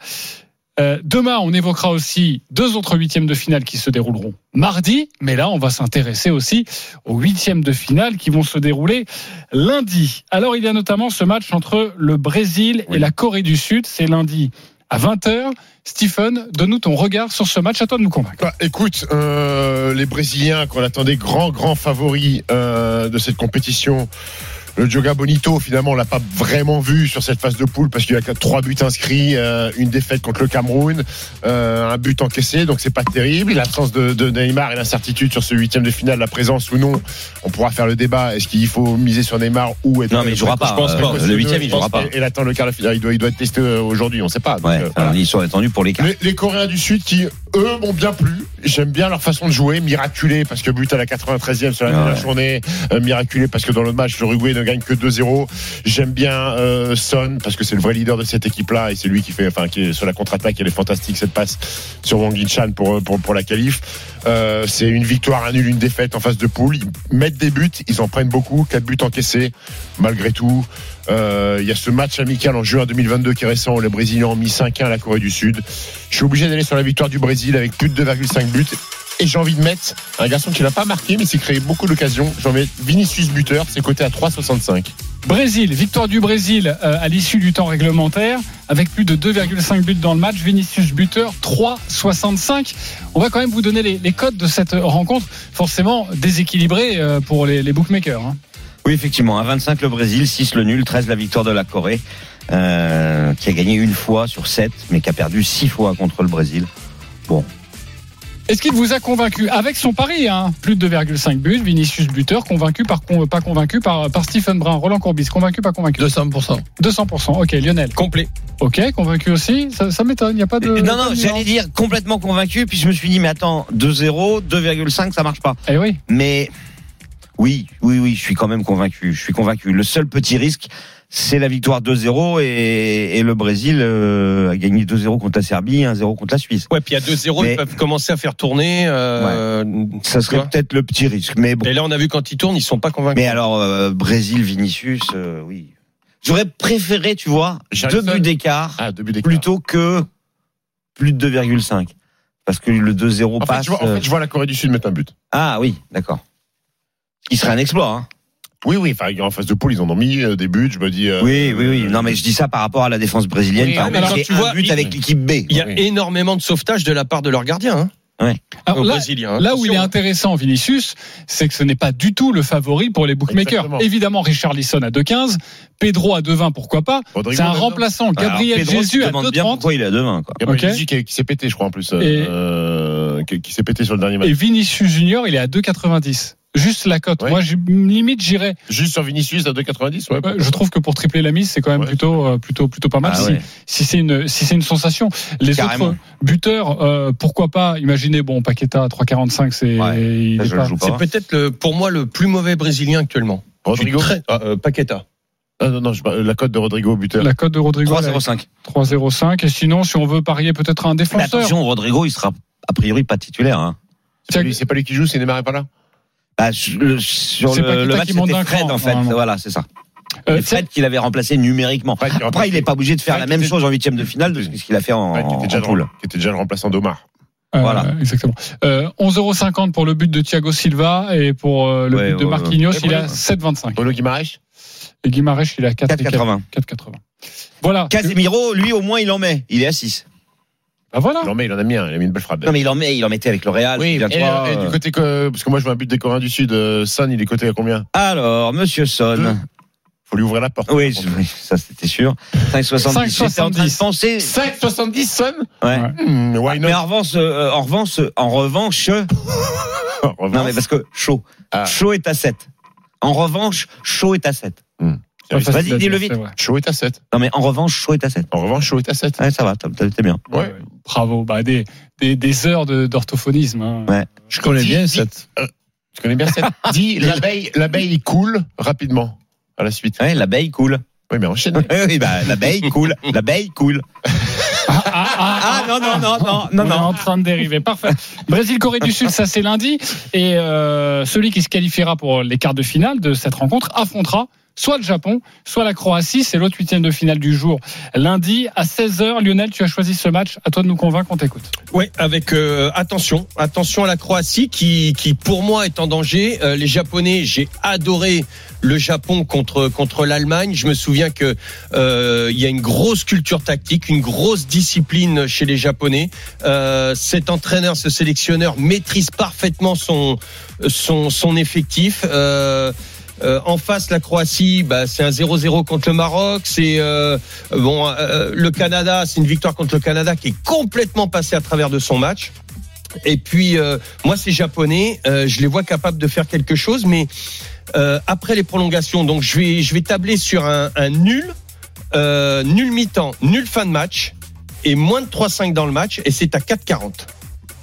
S5: Euh, demain, on évoquera aussi deux autres huitièmes de finale qui se dérouleront mardi, mais là, on va s'intéresser aussi aux huitièmes de finale qui vont se dérouler lundi. Alors, il y a notamment ce match entre le Brésil et la Corée du Sud. C'est lundi à 20h. Stephen, donne-nous ton regard sur ce match. À toi de nous convaincre.
S7: Bah, écoute, euh, les Brésiliens qu'on attendait grands, grands favoris euh, de cette compétition Le Joga Bonito, finalement, on l'a pas vraiment vu sur cette phase de poule parce qu'il y a que trois buts inscrits, euh, une défaite contre le Cameroun, euh, un but encaissé, donc c'est pas terrible. L'absence de, de Neymar et l'incertitude sur ce huitième de finale, la présence ou non, on pourra faire le débat. Est-ce qu'il faut miser sur Neymar ou être
S9: Non, mais il jouera pas.
S7: Je pense
S9: euh,
S7: pas.
S9: Le huitième, il
S7: Je pense
S9: jouera pas.
S7: Et, et attendre le quart de finale, il doit, il doit être testé euh, aujourd'hui, on sait pas. Donc,
S9: Ouais,
S7: euh,
S9: alors, ils sont attendus pour les quarts.
S7: les, les Coréens du Sud qui, eux, m'ont bien plu. J'aime bien leur façon de jouer, miraculé parce que but à la 93e sur la
S9: Ouais.
S7: dernière journée, euh, miraculé parce que dans le match, l'Uruguay ne gagne que 2-0. J'aime bien euh, Son parce que c'est le vrai leader de cette équipe-là et c'est lui qui fait, enfin, qui est sur la contre-attaque, elle est fantastique cette passe sur Wang Chan pour, euh, pour, pour la qualif. Euh, c'est une victoire, un nul, une défaite en phase de poule. Ils mettent des buts, ils en prennent beaucoup, quatre buts encaissés, malgré tout. Euh, Il y a ce match amical en juin 2022 qui est récent où les Brésiliens ont mis 5-1 à la Corée du Sud. Je suis obligé d'aller sur la victoire du Brésil avec plus de 2,5 buts. Et j'ai envie de mettre un garçon qui n'a pas marqué mais s'est créé beaucoup d'occasions. J'en mets Vinicius buteur, c'est coté à 3,65.
S5: Brésil, victoire du Brésil euh, à l'issue du temps réglementaire, avec plus de 2,5 buts dans le match. Vinicius buteur, 3,65. On va quand même vous donner les, les codes de cette rencontre, forcément déséquilibrée euh, pour les, les bookmakers. hein.
S9: Oui, effectivement, à 25 le Brésil, 6 le nul, 13 la victoire de la Corée, euh, qui a gagné une fois sur 7, mais qui a perdu 6 fois contre le Brésil.
S5: Est-ce qu'il vous a convaincu avec son pari hein, Plus de 2,5 buts, Vinicius buteur, convaincu par con- pas convaincu par, par Stephen Brun, Roland Courbis, convaincu pas convaincu
S12: 200%.
S5: 200%, ok, Lionel.
S10: Complet.
S5: Ok, convaincu aussi, ça, ça m'étonne, il n'y a pas de...
S9: non,
S5: pas
S9: non,
S5: de
S9: j'allais
S5: nuance.
S9: dire complètement convaincu, puis je me suis dit, mais attends, 2-0, 2,5, ça marche pas.
S5: Eh oui,
S9: Mais oui, oui, oui, je suis quand même convaincu. Je suis convaincu. Le seul petit risque, c'est la victoire 2-0 et, et le Brésil euh, a gagné 2-0 contre la Serbie, 1-0 contre la Suisse.
S10: Ouais, puis à 2-0,
S9: Mais-
S10: ils peuvent commencer à faire tourner. euh,
S9: Ça
S10: tu vois.
S9: serait peut-être le petit risque, mais bon.
S10: Et là, on a vu quand ils tournent, ils sont pas convaincus.
S9: Mais alors, euh, Brésil, Vinicius, euh, oui. J'aurais préféré, tu vois,
S7: Richarlison.
S9: deux buts d'écart
S7: Ah, deux buts d'écart.
S9: plutôt que plus de 2,5. Parce que le 2-0
S7: En fait,
S9: passe.
S7: je vois, en
S9: euh,
S7: fait, je vois la Corée du Sud mettre un but.
S9: Ah oui, d'accord. Ce qui serait un exploit, hein.
S7: Oui, oui, enfin, en phase de poule, ils en ont mis euh, des buts, je me dis. euh,
S9: Oui, oui, oui.
S7: euh,
S9: Non, mais je dis ça par rapport à la défense brésilienne.
S10: Oui,
S9: par
S10: ah, mais
S9: exemple,
S10: alors,
S9: c'est
S10: tu
S9: un
S10: vois,
S9: but
S10: il-
S9: avec l'équipe B.
S10: Il y a
S7: Oui.
S10: énormément de sauvetages de la part de leur gardien, hein,
S5: Alors
S10: aux
S5: là,
S10: Brésiliens. hein.
S5: Là où il est
S10: Attention.
S5: intéressant, Vinicius, c'est que ce n'est pas du tout le favori pour les bookmakers.
S7: Exactement.
S5: Évidemment, Richard Lisson à 2,15, Pedro à 2,20, pourquoi pas.
S7: Rodrigo
S5: C'est un
S7: Mendes.
S5: remplaçant, Gabriel
S9: Pedro,
S5: Jésus
S9: tu
S5: à
S9: te demandes bien
S5: 2,30
S9: pourquoi il est à deux mains, quoi.
S7: Gabriel
S5: Ok.
S7: Jesus qui, qui s'est pété, je crois, en plus. euh,
S5: Et-
S7: euh, qui, qui s'est pété sur le dernier match.
S5: et Vinicius Junior, il est à 2,90. Juste la cote.
S7: Ouais.
S5: Moi, j'ai- limite, j'irais.
S7: Juste sur Vinicius à 2,90, ouais.
S5: Ouais, Je trouve que pour tripler la mise, c'est quand même
S7: Ouais.
S5: plutôt, euh, plutôt, plutôt pas mal.
S9: Ah
S5: si
S9: ouais.
S5: si c'est une, si c'est une sensation. Les
S9: Carrément.
S5: autres buteurs, euh, pourquoi pas Imaginez, bon, Paqueta à 3,45, c'est.
S9: Ouais.
S5: il
S9: Là,
S5: est
S9: je le
S5: pas-
S9: joue
S10: C'est
S9: pas.
S10: peut-être le- pour moi le plus mauvais Brésilien actuellement. Je suis
S7: Rodrigo.
S10: très- ah, euh, Paqueta.
S7: Ah, non, non, je- la cote de Rodrigo au buteur.
S5: La cote de Rodrigo elle est
S9: 3-0-5.
S5: 3,05. Et sinon, si on veut parier peut-être un
S9: Mais
S5: défenseur.
S9: attention, Rodrigo, il sera a priori pas titulaire. Hein.
S7: C'est pas lui- c'est pas lui qui joue, c'est Neymar est pas là.
S9: Bah, sur le, sur
S5: C'est
S9: le,
S5: Paqueta
S9: le match,
S5: qui monte d'un
S9: c'était Fred,
S5: cran,
S9: en fait.
S5: normalement.
S9: Voilà, c'est ça.
S5: Euh,
S9: Et Fred qui l'avait remplacé numériquement.
S7: Fred qui est
S9: Ah, Après, il n'est pas obligé de faire
S7: Fred
S9: la
S7: qui
S9: même
S7: était-
S9: chose en huitième de finale de ce qu'il a fait en,
S7: Ouais, qui, était déjà
S9: en
S7: le-
S9: poule.
S7: qui était déjà le remplaçant d'Omar.
S5: Euh,
S9: Voilà.
S5: Exactement. Euh, 11,50€ pour le but de Thiago Silva et pour euh, le
S9: Ouais,
S5: but de
S9: ouais, ouais.
S5: Marquinhos,
S7: Et
S5: il
S7: voilà.
S5: a 7,25.
S7: Bruno Guimaraes
S5: Et Guimarães, il a 4,80.
S9: 4,80.
S5: 4,80. Voilà.
S9: Casemiro, lui, au moins, il en met. Il est à 6.
S5: Ah, voilà.
S7: Non mais il en a mis un, il a mis une belle frappe.
S9: Non, mais il en met, il en mettait avec le Real.
S7: oui,
S9: il vient
S7: et,
S9: trois,
S7: et
S9: euh.
S7: du côté que, parce que moi je vois un but des Coréens du Sud, euh, Son il est coté à combien
S9: Alors, monsieur Son.
S7: Faut lui ouvrir la porte.
S9: Oui, je- oui, ça, c'était sûr. 5,70. J'étais en train de
S5: 5,70.
S9: penser.
S7: 5,70 Son
S9: Ouais.
S7: Hmm, Why not
S9: Mais en revanche, euh, en revanche, en revanche,
S7: En revanche,
S9: non mais parce que chaud,
S7: Ah.
S9: chaud est à 7. En revanche, chaud est à 7.
S5: Pas facile
S9: Vas-y,
S5: à
S9: dis-le
S5: dire,
S9: vite.
S5: c'est vrai.
S7: Shaw est à 7.
S9: Non mais en revanche, chaud est à 7.
S7: En revanche, Shaw est à 7.
S9: Ouais, ça va, t'as- t'as- t'es bien.
S7: Ouais.
S5: Ouais, Bravo. Bah, des, des, des heures de- d'orthophonisme. hein.
S9: Ouais.
S12: Je connais
S7: Dis-
S12: bien
S7: dis-
S12: cette.
S7: Tu connais bien 7 Dis, l'abeille, l'abeille il coule rapidement à la suite.
S9: Ouais, l'abeille coule.
S7: Oui, mais enchaîne.
S9: Oui, oui, bah, l'abeille coule. L'abeille coule.
S5: Ah, ah, ah,
S9: Ah non, non, non, non, non,
S5: on est
S9: non.
S5: en train de dériver. Parfait. Brésil-Corée du Sud, ça c'est lundi. Et euh, celui qui se qualifiera pour les quarts de finale de cette rencontre affrontera soit le Japon, soit la Croatie. C'est l'autre huitième de finale du jour lundi à 16h. Lionel, tu as choisi ce match. À toi de nous convaincre, on t'écoute.
S10: Ouais, avec euh, attention, attention à la Croatie qui, qui pour moi est en danger. Euh, les Japonais, j'ai adoré le Japon contre contre l'Allemagne. Je me souviens que euh, il y a une grosse culture tactique, une grosse discipline chez les Japonais. Euh, cet entraîneur, ce sélectionneur maîtrise parfaitement son son son effectif. Euh,
S2: Euh, en face, la Croatie, bah, c'est un 0-0 contre le Maroc. C'est euh, bon, euh, le Canada, c'est une victoire contre le Canada qui est complètement passée à travers de son match. Et puis, euh, moi, ces Japonais, euh, je les vois capables de faire quelque chose, mais euh, après les prolongations, donc je vais, je vais tabler sur un, un nul, euh, nul mi-temps, nul fin de match, et moins de 3-5 dans le match, et c'est à 4-40.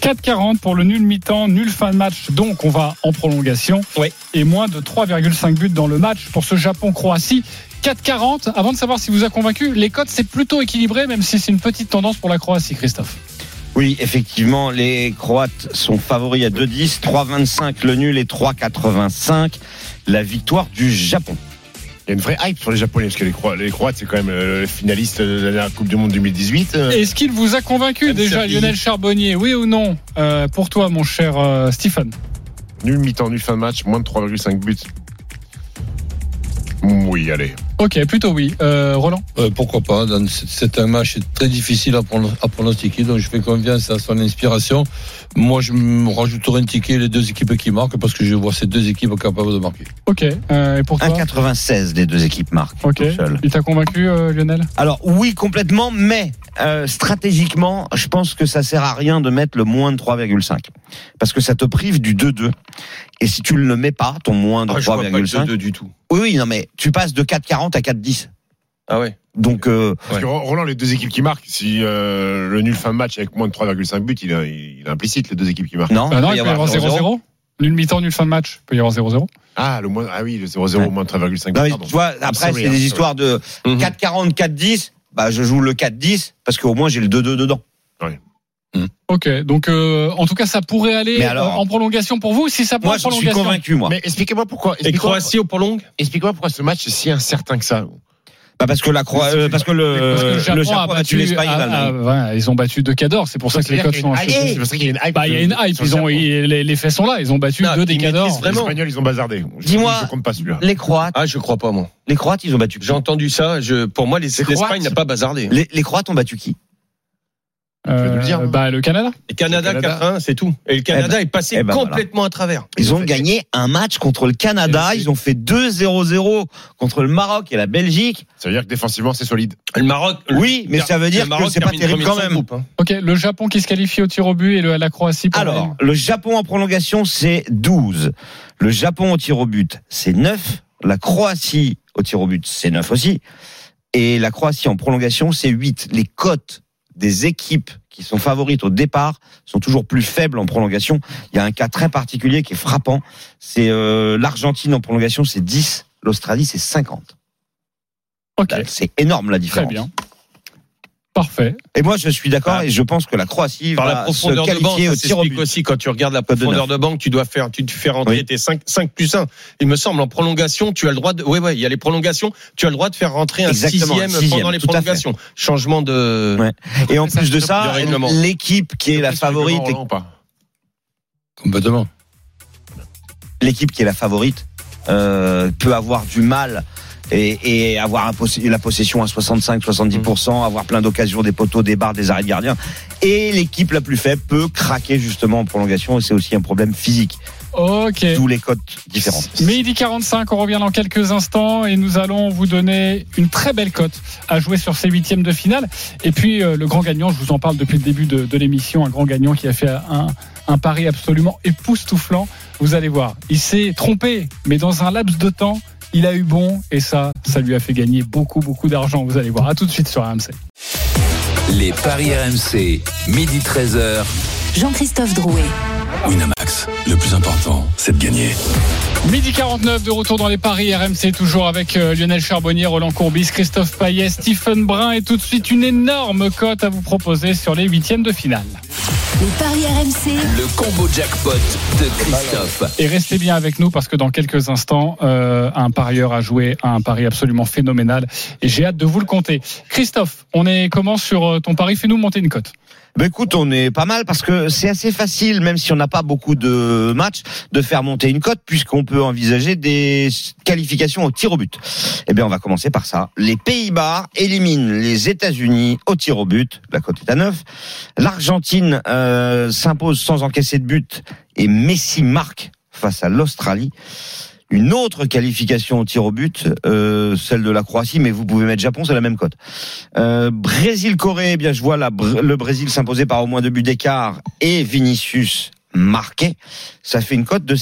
S5: 4,40 pour le nul mi-temps, nul fin de match, donc on va en prolongation.
S2: Ouais.
S5: Et moins de 3,5 buts dans le match pour ce Japon-Croatie. 4,40, avant de savoir si vous a convaincu, les cotes c'est plutôt équilibré, même si c'est une petite tendance pour la Croatie, Christophe.
S9: Oui, effectivement, les Croates sont favoris à 2-10, 3-25 le nul et 3-85 la victoire du Japon.
S7: Il y a une vraie hype sur les Japonais, parce que les, Croa- les Croates, c'est quand même euh, le finaliste de la dernière Coupe du Monde 2018. euh,
S5: Est-ce qu'il vous a convaincu
S7: Même
S5: déjà,
S7: Serbie.
S5: Lionel Charbonnier, oui ou non Euh, Pour toi, mon cher euh, Stéphane.
S7: Nul mi-temps, nul fin de match, moins de 3,5 buts. Oui, allez.
S5: Ok, plutôt oui. Euh, Roland
S13: Euh, pourquoi pas dans- c'est- C'est un match très difficile à, prono- à pronostiquer, donc je fais confiance à son inspiration. Moi, je me rajouterai un ticket les deux équipes qui marquent parce que je vois ces deux équipes capables de marquer.
S5: Ok, euh, et pour toi
S9: 1,96 des deux équipes marquent.
S5: Ok,
S9: tout seul.
S5: il t'a convaincu, euh, Lionel
S9: Alors oui, complètement, mais euh, stratégiquement, je pense que ça sert à rien de mettre le moins de 3,5 parce que ça te prive du 2-2. Et si tu ne le mets pas, ton moins de
S2: Ah, je vois pas le
S9: 3,5,
S2: 2-2 du tout.
S9: oui, oui, non mais tu passes de 4,40 à 4,10.
S2: Ah ouais.
S9: Donc euh,
S7: Parce que Roland, les deux équipes qui marquent, si euh, le nul fin de match avec moins de 3,5 buts, il, est- il est implicite, les deux équipes qui marquent.
S9: non,
S5: Bah Non, il peut y
S9: avoir
S5: avoir 0-0. Nul mi-temps, nul fin de match, il peut y avoir 0-0.
S7: Ah, le moins, ah oui, le 0-0,
S9: Ouais.
S7: moins de 3,5 buts.
S9: Non, mais
S7: pardon.
S9: tu vois,
S2: Ah,
S9: après,
S7: sorry,
S9: c'est
S7: hein,
S9: des
S7: sorry.
S9: histoires de
S2: Mhm.
S9: 4,40, 4,10. Bah, je joue le 4,10 parce qu'au moins j'ai le 2-2 dedans.
S5: Ok, donc euh, en tout cas, ça pourrait aller
S9: Mais alors-
S5: euh, en prolongation pour vous si ça prend en
S9: Moi, je suis
S5: prolongation.
S9: convaincu, moi.
S7: Mais expliquez-moi pourquoi.
S2: Et
S7: Explique-moi
S2: Croatie au prolong
S7: explique-moi pourquoi ce match est si incertain que ça.
S9: Bah, parce que la Croa- euh, parce que le,
S5: Parce que le Japon, a
S9: a battu
S5: battu
S9: l'Espagne.
S5: ah,
S9: là,
S5: ah, ouais, ils ont battu 2 cadors, c'est pour ça que les
S7: C'est-à-dire
S5: codes
S7: qu'il
S5: sont
S7: y a une hype,
S5: en
S7: c'est pour ça qu'il y a une hype.
S5: Bah, il y a une hype,
S7: sur le
S5: ils ont,
S7: Japon.
S5: ils- les, les faits sont là, ils ont battu
S2: Non,
S5: deux des
S2: ils
S5: cadors.
S2: maîtrisent
S7: Les
S2: vraiment.
S7: Espagnols, ils ont bazardé. Je-
S9: Dis-moi.
S7: Je ne compte pas celui-là.
S9: Les Croates,
S2: Ah, je crois pas, moi.
S9: les Croates, ils ont battu. qui
S2: J'ai entendu ça. Je, pour moi, les-
S9: Les Croates.
S2: l'Espagne n'a pas bazardé.
S9: Les, les Croates ont battu qui
S7: peux nous le dire,
S5: Euh,
S7: hein.
S5: bah, le Canada.
S2: Le Canada,
S7: Le Canada.
S2: 4-1, c'est tout. Et le Canada est passé
S9: eh ben voilà.
S2: complètement à travers. Eh ben,
S9: Ils ont gagné un match contre le Canada. Ils ont fait 2-0-0 contre le Maroc et la Belgique.
S7: Ça veut dire que défensivement, c'est solide.
S2: Le Maroc. le-
S9: Oui, mais
S2: le-
S9: ça veut dire
S2: le
S9: que
S2: Maroc
S9: c'est pas
S2: termine
S9: terrible
S2: premier
S9: quand
S2: de son
S9: même.
S2: groupe, hein.
S5: Ok, le Japon qui se qualifie au tir au but et le, la Croatie. pour
S9: Alors, le Japon en prolongation, c'est 12. Le Japon au tir au but, c'est 9. La Croatie au tir au but, c'est 9 aussi. Et la Croatie en prolongation, c'est 8. Les cotes des équipes qui sont favorites au départ sont toujours plus faibles en prolongation. Il y a un cas très particulier qui est frappant. C'est euh, l'Argentine en prolongation, c'est 10. L'Australie, c'est 50.
S5: Ok,
S9: Là, C'est énorme la
S5: très
S9: différence.
S5: bien. Parfait.
S9: Et moi, je suis d'accord
S2: Ah.
S9: et je pense que la Croatie
S2: Par la
S9: va se
S2: profondeur de banque,
S9: qualifier
S2: ça
S9: au tir au
S2: s'explique
S9: but.
S2: aussi quand tu regardes la
S9: Code de
S2: profondeur de banque, tu dois faire, tu te fais rentrer
S9: Oui.
S2: tes 5, 5 plus 1. Il me semble, en prolongation, tu as le droit de, ouais, ouais, il y a les prolongations, tu as le droit de faire rentrer un
S9: Exactement, un
S2: sixième,
S9: sixième,
S2: pendant les
S9: tout à fait.
S2: prolongations. Changement de,
S9: Ouais. Et en plus de
S2: Le
S9: ça,
S2: règlement.
S9: l'équipe qui est la favorite,
S7: Roland, ou pas
S13: Complètement.
S9: l'équipe qui est la favorite euh, peut avoir du mal et, et avoir un possé- la possession à
S2: Mm.
S9: 65-70%, avoir plein d'occasions, des poteaux, des barres, des arrêts de gardien. Et l'équipe la plus faible peut craquer justement en prolongation. Et c'est aussi un problème physique.
S5: Ok.
S9: D'où les cotes différentes.
S5: Midi 45, on revient dans quelques instants et nous allons vous donner une très belle cote à jouer sur ces huitièmes de finale. Et puis euh, le grand gagnant, je vous en parle depuis le début de, de l'émission, un grand gagnant qui a fait un, un pari absolument époustouflant. Vous allez voir, il s'est trompé, mais dans un laps de temps, il a eu bon et ça, ça lui a fait gagner beaucoup, beaucoup d'argent. Vous allez voir, à tout de suite sur AMC.
S4: Les Paris RMC, midi 13h.
S3: Jean-Christophe Drouet.
S1: Winamax, le plus important, c'est de gagner.
S5: Midi 49 de retour dans les paris RMC toujours avec euh, Lionel Charbonnier, Roland Courbis, Christophe Payet, Stephen Brun et tout de suite une énorme cote à vous proposer sur les huitièmes de finale.
S3: Les paris RMC.
S4: Le combo jackpot de Christophe.
S5: Et restez bien avec nous parce que dans quelques instants, euh, un parieur a joué à un pari absolument phénoménal et j'ai hâte de vous le compter. Christophe, on est comment sur euh, ton pari Fais-nous monter une cote.
S9: Bah écoute, on est pas mal parce que c'est assez facile, même si on n'a pas beaucoup de matchs, de faire monter une cote puisqu'on peut envisager des qualifications au tir au but. Eh bien, on va commencer par ça. Les Pays-Bas éliminent les États-Unis au tir au but. La cote est à 9. L'Argentine euh, s'impose sans encaisser de but et Messi marque face à l'Australie. une autre qualification au tir au but, euh, celle de la Croatie, mais vous pouvez mettre Japon, c'est la même cote. Euh, Brésil-Corée, eh bien je vois la Br- le Brésil s'imposer par au moins deux buts d'écart et Vinicius marqué. Ça fait une cote de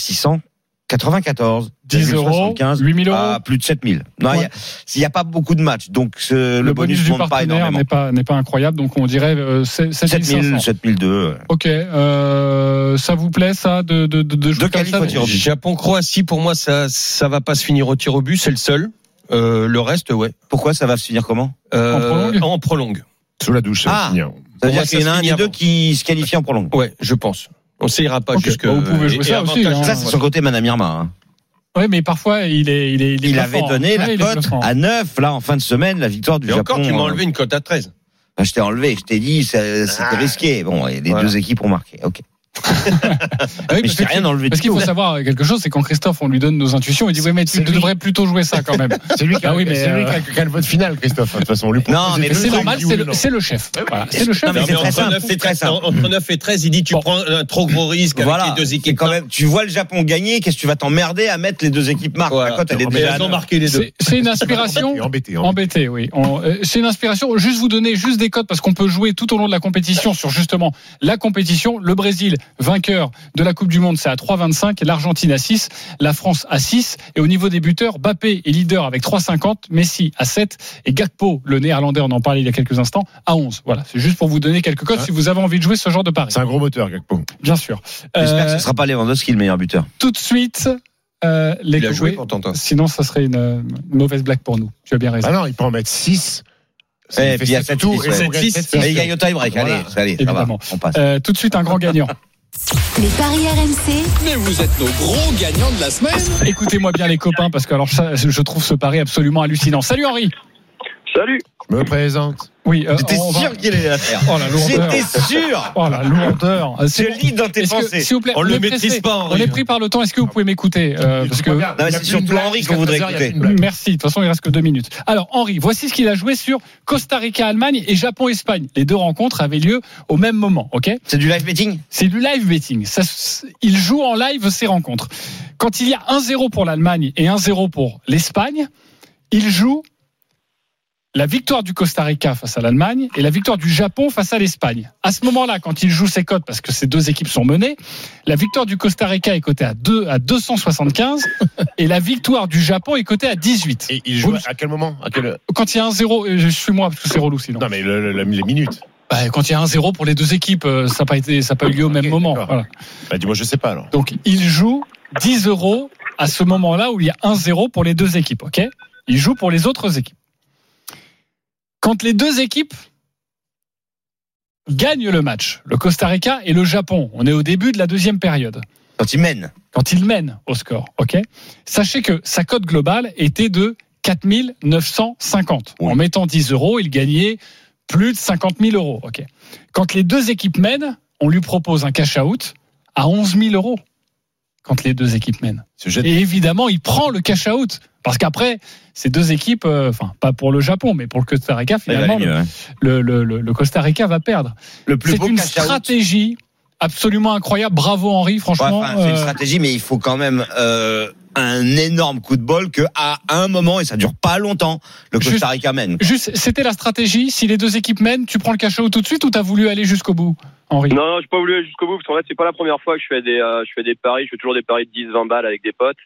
S9: 694.
S5: 10 euros,
S9: 75,
S5: 8 000 euros.
S9: à plus de 7000. Ah, Non, il
S5: Ouais.
S9: n'y a, s'il y a pas beaucoup de matchs, donc euh, le,
S5: Le
S9: bonus,
S5: bonus du
S9: monte pas
S5: partenaire
S9: énormément.
S5: n'est pas, n'est pas incroyable, donc on dirait euh, sept-
S9: 7000,
S5: 7500.
S9: 7002. euh.
S5: Ok, euh, ça vous plaît ça de, de, de, de jouer
S9: De
S5: comme
S9: qualif
S5: ça
S9: au tir au but.
S4: Japon-Croatie, pour moi, ça ça va pas se finir au tir au but, c'est le seul. Euh, le reste, ouais.
S9: Pourquoi ça va se finir comment
S4: Euh,
S5: En prolongue
S4: En prolongue.
S7: Sous la douche, ça va
S9: Ah.
S7: finir.
S9: Ça
S4: Pour
S9: veut
S4: moi,
S9: dire qu'il y en
S4: ça
S9: a
S4: se
S9: un
S4: finit
S9: des deux
S4: avant.
S9: qui se qualifie en prolongue.
S4: Ouais, je pense. On s'ira ah, pas
S5: Ok,
S4: jusque.
S5: bah, vous pouvez jouer
S4: et
S5: ça aussi,
S4: avantage-
S5: hein.
S9: Ça, c'est sur le côté Madame Irma. hein.
S5: Oui, mais parfois il est il est est
S9: Il avait
S5: bluffant.
S9: donné
S5: Ouais,
S9: la
S5: il est
S9: cote
S5: bluffant.
S7: Ah,
S9: à 9, là, en fin de semaine, la victoire du
S4: Et
S9: Japon.
S4: encore, tu m'as
S9: euh,
S4: enlevé une cote à 13.
S9: bah, je t'ai enlevé, je t'ai dit, ça- c'était risqué. Bon, et les
S4: Voilà.
S9: deux équipes ont marqué. Ok.
S5: Ah oui,
S9: Mais
S5: parce
S9: je t'ai
S5: que-
S9: rien enlevé
S5: Parce
S9: du
S5: qu'il faut
S9: tout.
S5: savoir quelque chose, c'est quand Christophe, on lui donne nos intuitions, il dit oui, mais tu
S7: C'est lui.
S5: devrais plutôt jouer ça quand même.
S7: C'est lui qui a,
S5: Ah oui, mais,
S7: c'est lui qui a- qui a le vote final, Christophe. hein, De toute façon, on lui propose
S9: Non, mais
S5: Mais c'est
S7: deux
S5: normal,
S7: trucs,
S5: c'est
S7: oui ou
S5: le,
S7: non.
S5: c'est le chef. Voilà, c'est le chef.
S9: Non, mais
S4: Non,
S9: c'est
S4: mais
S9: très
S4: entre,
S9: simple,
S4: 9
S9: c'est
S4: et
S9: très
S4: 13,
S9: simple.
S4: entre 9 et 13, il dit tu
S5: Bon.
S4: prends un trop gros risque
S9: Voilà.
S4: avec les deux
S9: c'est
S4: équipes.
S9: quand même, tu vois le Japon gagner, qu'est-ce que tu vas t'emmerder à mettre les deux équipes marques
S4: Voilà.
S9: La cote, elle est
S4: Mais
S9: déjà. à
S4: elles ont
S9: neuf.
S4: marqué les deux.
S5: C'est c'est une
S7: Embêté,
S5: inspiration.
S7: embêté, embêté.
S5: Embêté, oui. On- euh, C'est une inspiration. Juste vous donner juste des cotes parce qu'on peut jouer tout au long de la compétition sur justement la compétition. Le Brésil, vainqueur de la Coupe du Monde, c'est à 3,25. L'Argentine à 6. La France à 6. Et au niveau des buteurs, Bappé est leader avec 3,50. Messi à 7. Et Gakpo, le néerlandais, on en parlait il y a quelques instants, à 11. Voilà. C'est juste pour vous donner quelques cotes
S7: Ouais.
S5: si vous avez envie de jouer ce genre de pari.
S7: C'est un gros moteur, Gakpo.
S5: Bien sûr.
S9: J'espère
S5: Euh,
S9: que ce ne sera pas Lewandowski le meilleur buteur.
S5: Tout de suite, euh, les
S4: Il a joué
S5: coupés.
S4: pourtant, toi.
S5: Sinon, ça serait une euh, mauvaise blague pour nous. Tu as bien raison.
S7: Ah non, il peut en mettre 6.
S9: Eh, puis il y a sept six, ouais. Mais il gagne au tie-break. Allez,
S7: Voilà.
S9: allez, ça va.
S5: Évidemment.
S9: On passe.
S5: Euh, tout de suite, un grand gagnant.
S3: Les paris RMC,
S14: Mais vous êtes nos gros gagnants de la semaine.
S5: Écoutez-moi bien, les copains, parce que alors, ça, je trouve ce pari absolument hallucinant. Salut Henri
S7: Je me présente.
S5: Oui, euh,
S9: J'étais
S5: on va-
S9: sûr qu'il allait la faire.
S5: Oh la lourdeur
S9: J'étais sûr.
S5: Oh la lourdeur Euh,
S9: Je
S5: c'est-
S9: lis dans tes
S5: Est-ce que,
S9: pensées.
S5: S'il vous plaît,
S4: On le
S5: est pressé.
S4: maîtrise pas, Henri.
S5: On est pris par le temps. Est-ce que vous pouvez m'écouter euh, Parce que
S9: Non, mais c'est surtout Henri qu'on voudrait écouter.
S5: Merci. De toute façon, il reste que deux minutes. Alors, Henri, voici ce qu'il a joué sur Costa Rica, Allemagne et Japon, Espagne. Les deux rencontres avaient lieu au même moment. Ok
S9: C'est du live betting
S5: C'est du live betting. Ça, s- il joue en live ses rencontres. Quand il y a 1-0 pour l'Allemagne et 1-0 pour l'Espagne, il joue la victoire du Costa Rica face à l'Allemagne et la victoire du Japon face à l'Espagne. À ce moment-là, quand il joue ses cotes, parce que ces deux équipes sont menées, la victoire du Costa Rica est cotée à, deux- à 275 et la victoire du Japon est cotée à 18.
S7: Et il joue
S5: Oui.
S7: à quel moment à quel...
S5: Quand il y a 1-0, euh, je suis moi parce que c'est relou sinon.
S7: Non, mais le, le- les minutes.
S5: Bah, quand il y a 1-0 pour les deux équipes, euh, ça n'a pas, été- ça a pas eu lieu au même moment.
S7: d'accord.
S5: Voilà.
S7: Bah, dis-moi, je sais pas alors.
S5: Donc il joue 10 euros à ce moment-là où il y a 1-0 pour les deux équipes, ok Il joue pour les autres équipes. Quand les deux équipes gagnent le match, le Costa Rica et le Japon, on est au début de la deuxième période,
S9: Quand il mène.
S5: quand ils mènent au score, ok Sachez que sa cote globale était de 4950. En mettant 10 euros, il gagnait plus de 50 000 euros, ok Quand les deux équipes mènent, on lui propose un cash-out à 11 000 euros quand les deux équipes mènent.
S7: Ce jet de-
S5: Et évidemment, il prend le cash out. Parce qu'après, ces deux équipes, euh, enfin, pas pour le Japon, mais pour le Costa Rica, finalement, le, le- le- le Costa Rica va perdre.
S9: hein. Le plus
S5: C'est
S9: beau
S5: une
S9: cash out.
S5: stratégie absolument incroyable. Bravo, Henri,
S9: Ouais,
S5: franchement.
S9: enfin, c'est
S5: euh,
S9: une stratégie, mais il faut quand même euh, un énorme coup de bol que à un moment et ça dure pas longtemps le
S5: Juste-
S9: Costa Rica mène.
S5: juste, c'était la stratégie. Si les deux équipes mènent, tu prends le cash out tout de suite ou t'as voulu aller jusqu'au bout, Henri
S10: Non, non, j'ai pas voulu aller jusqu'au bout parce qu'en fait, c'est pas la première fois que je fais des, euh, je fais des paris. Je fais toujours des paris de 10, 20 balles avec des potes.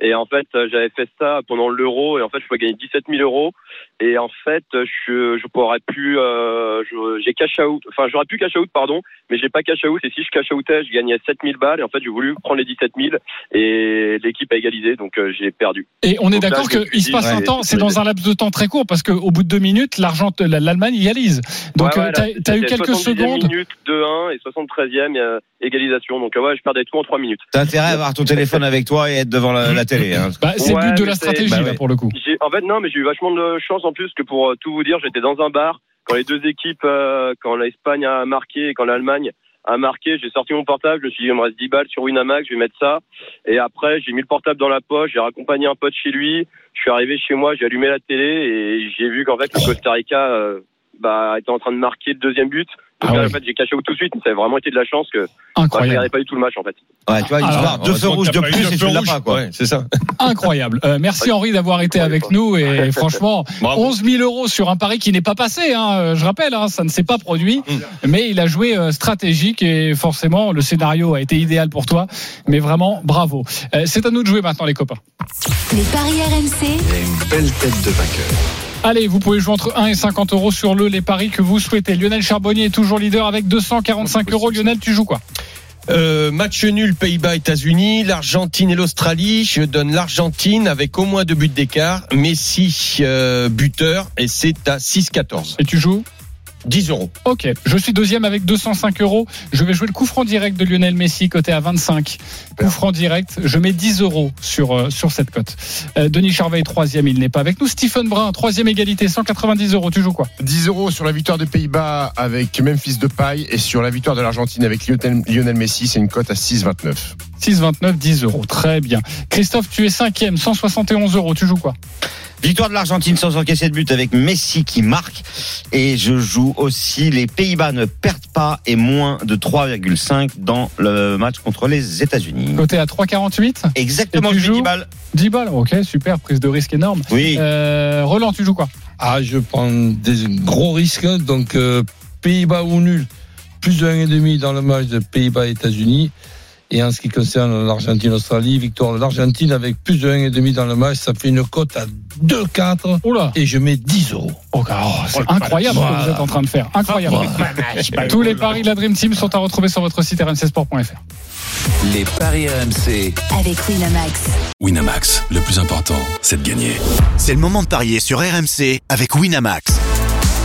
S10: Et en fait, euh, j'avais fait ça pendant l'euro et en fait, je pouvais gagner 17 000 euros. Et en fait, je, je pourrais pu, euh, je- j'ai cash out, enfin, j'aurais pu cash out, pardon, mais j'ai pas cash out. Et si je cash outais, je gagnais 7 000 balles. Et en fait, j'ai voulu prendre les 17 000 et l'équipe a égalisé, donc euh, j'ai perdu.
S5: Et on est
S10: Donc là,
S5: d'accord
S10: je me suis
S5: qu'il se
S10: dit,
S5: passe un
S10: ouais,
S5: temps, c'est
S10: mais-
S5: dans un laps de temps très court parce qu'au bout de deux minutes, l'argent, l'Allemagne égalise. Donc
S10: Ouais,
S5: euh,
S10: ouais,
S5: t'as-
S10: là,
S5: t'as eu
S10: c'était
S5: quelques
S10: 70e
S5: secondes.
S10: minute 2-1 et 73e euh, égalisation. Donc euh, ouais, je perdais tout en 3 minutes.
S9: T'as intérêt à avoir ton téléphone avec toi et être devant la, la télé. Hein.
S5: Bah, c'est
S10: Ouais,
S5: plus de
S10: mais
S5: la
S10: c'est-
S5: stratégie
S9: bah
S5: là
S9: ouais.
S5: pour le coup.
S10: J'ai- En fait, non, mais j'ai eu vachement de chance en plus que pour euh, tout vous dire, j'étais dans un bar quand les deux équipes, euh, quand l'Espagne a marqué et quand l'Allemagne a marqué, j'ai sorti mon portable, je me suis dit, il me reste 10 balles sur Winamax, je vais mettre ça. Et après, j'ai mis le portable dans la poche, j'ai raccompagné un pote chez lui, je suis arrivé chez moi, j'ai allumé la télé et j'ai vu qu'en fait, le Costa Rica euh, bah, était en train de marquer le deuxième but. Donc là, en fait, j'ai caché tout de suite, mais ça a vraiment été de la chance que bah, je
S5: Incroyable.
S10: regardais pas du tout le match en fait.
S9: Ouais, tu vois, il se
S5: Alors,
S9: barre. deux feux
S15: heureusement
S9: rouges
S15: que t'as
S9: de
S15: pas eu
S9: plus
S15: de
S9: et tu
S15: feu
S9: l'as
S15: rouge.
S9: pas, quoi.
S15: Ouais, c'est ça.
S5: Incroyable. Euh, merci Henri d'avoir été avec nous et franchement,
S15: Bravo.
S5: 11 000 euros sur un pari qui n'est pas passé. Hein, euh, je rappelle, hein, ça ne s'est pas produit, mais il a joué euh, stratégique et forcément le scénario a été idéal pour toi. Mais vraiment, bravo. Euh, C'est à nous de jouer maintenant, les copains.
S3: les paris RMC,
S2: Il a une belle tête de vainqueur.
S5: Allez, vous pouvez jouer entre 1 et 50 euros sur le les paris que vous souhaitez. Lionel Charbonnier est toujours leader avec 245 euros. Lionel, tu joues quoi
S15: Euh, match nul Pays-Bas États-Unis, l'Argentine et l'Australie. Je donne l'Argentine avec au moins deux buts d'écart. Messi euh, buteur et c'est à 6-14.
S5: Et tu joues
S15: 10 euros.
S5: Ok, je suis deuxième avec 205 euros. Je vais jouer le coup franc direct de Lionel Messi, côté à 25. Coup franc direct, je mets 10 euros sur, euh, sur cette cote. Euh, Denis Charvet est troisième, il n'est pas avec nous. Stephen Brun, troisième égalité, 190 euros. Tu joues quoi
S7: 10 euros sur la victoire des Pays-Bas avec Memphis Depay et sur la victoire de l'Argentine avec Lionel, Lionel Messi, c'est une cote à 6,29.
S5: 6,29, 10 euros. Très bien. Christophe, tu es cinquième, 171 euros. Tu joues quoi
S9: Victoire de l'Argentine sans encaisser de but avec Messi qui marque. Et je joue aussi les Pays-Bas ne perdent pas et moins de 3,5 dans le match contre les États-Unis.
S5: Côté à 3,48
S9: Exactement,
S5: Et tu
S9: je mets
S5: joues
S9: 10 balles.
S5: 10 balles. Ok, super, prise de risque énorme.
S9: Oui.
S5: Euh, Roland, tu joues quoi
S4: Ah, je prends des gros risques. Donc, euh, Pays-Bas ou nul, plus de 1,5 dans le match de Pays-Bas-États-Unis. Et en ce qui concerne l'Argentine-Australie, victoire de l'Argentine avec plus de 1,5 dans le match, ça fait une cote à 2,4
S5: Oula
S4: et je mets 10 euros.
S5: Oh, c'est incroyable ce que vous êtes en train de faire. Incroyable.
S10: Ah,
S5: Tous les paris de la Dream Team sont à retrouver sur votre site rmcsport.fr.
S2: Les paris RMC.
S3: avec Winamax.
S1: Winamax, le plus important, c'est de gagner.
S2: C'est le moment de parier sur RMC avec Winamax.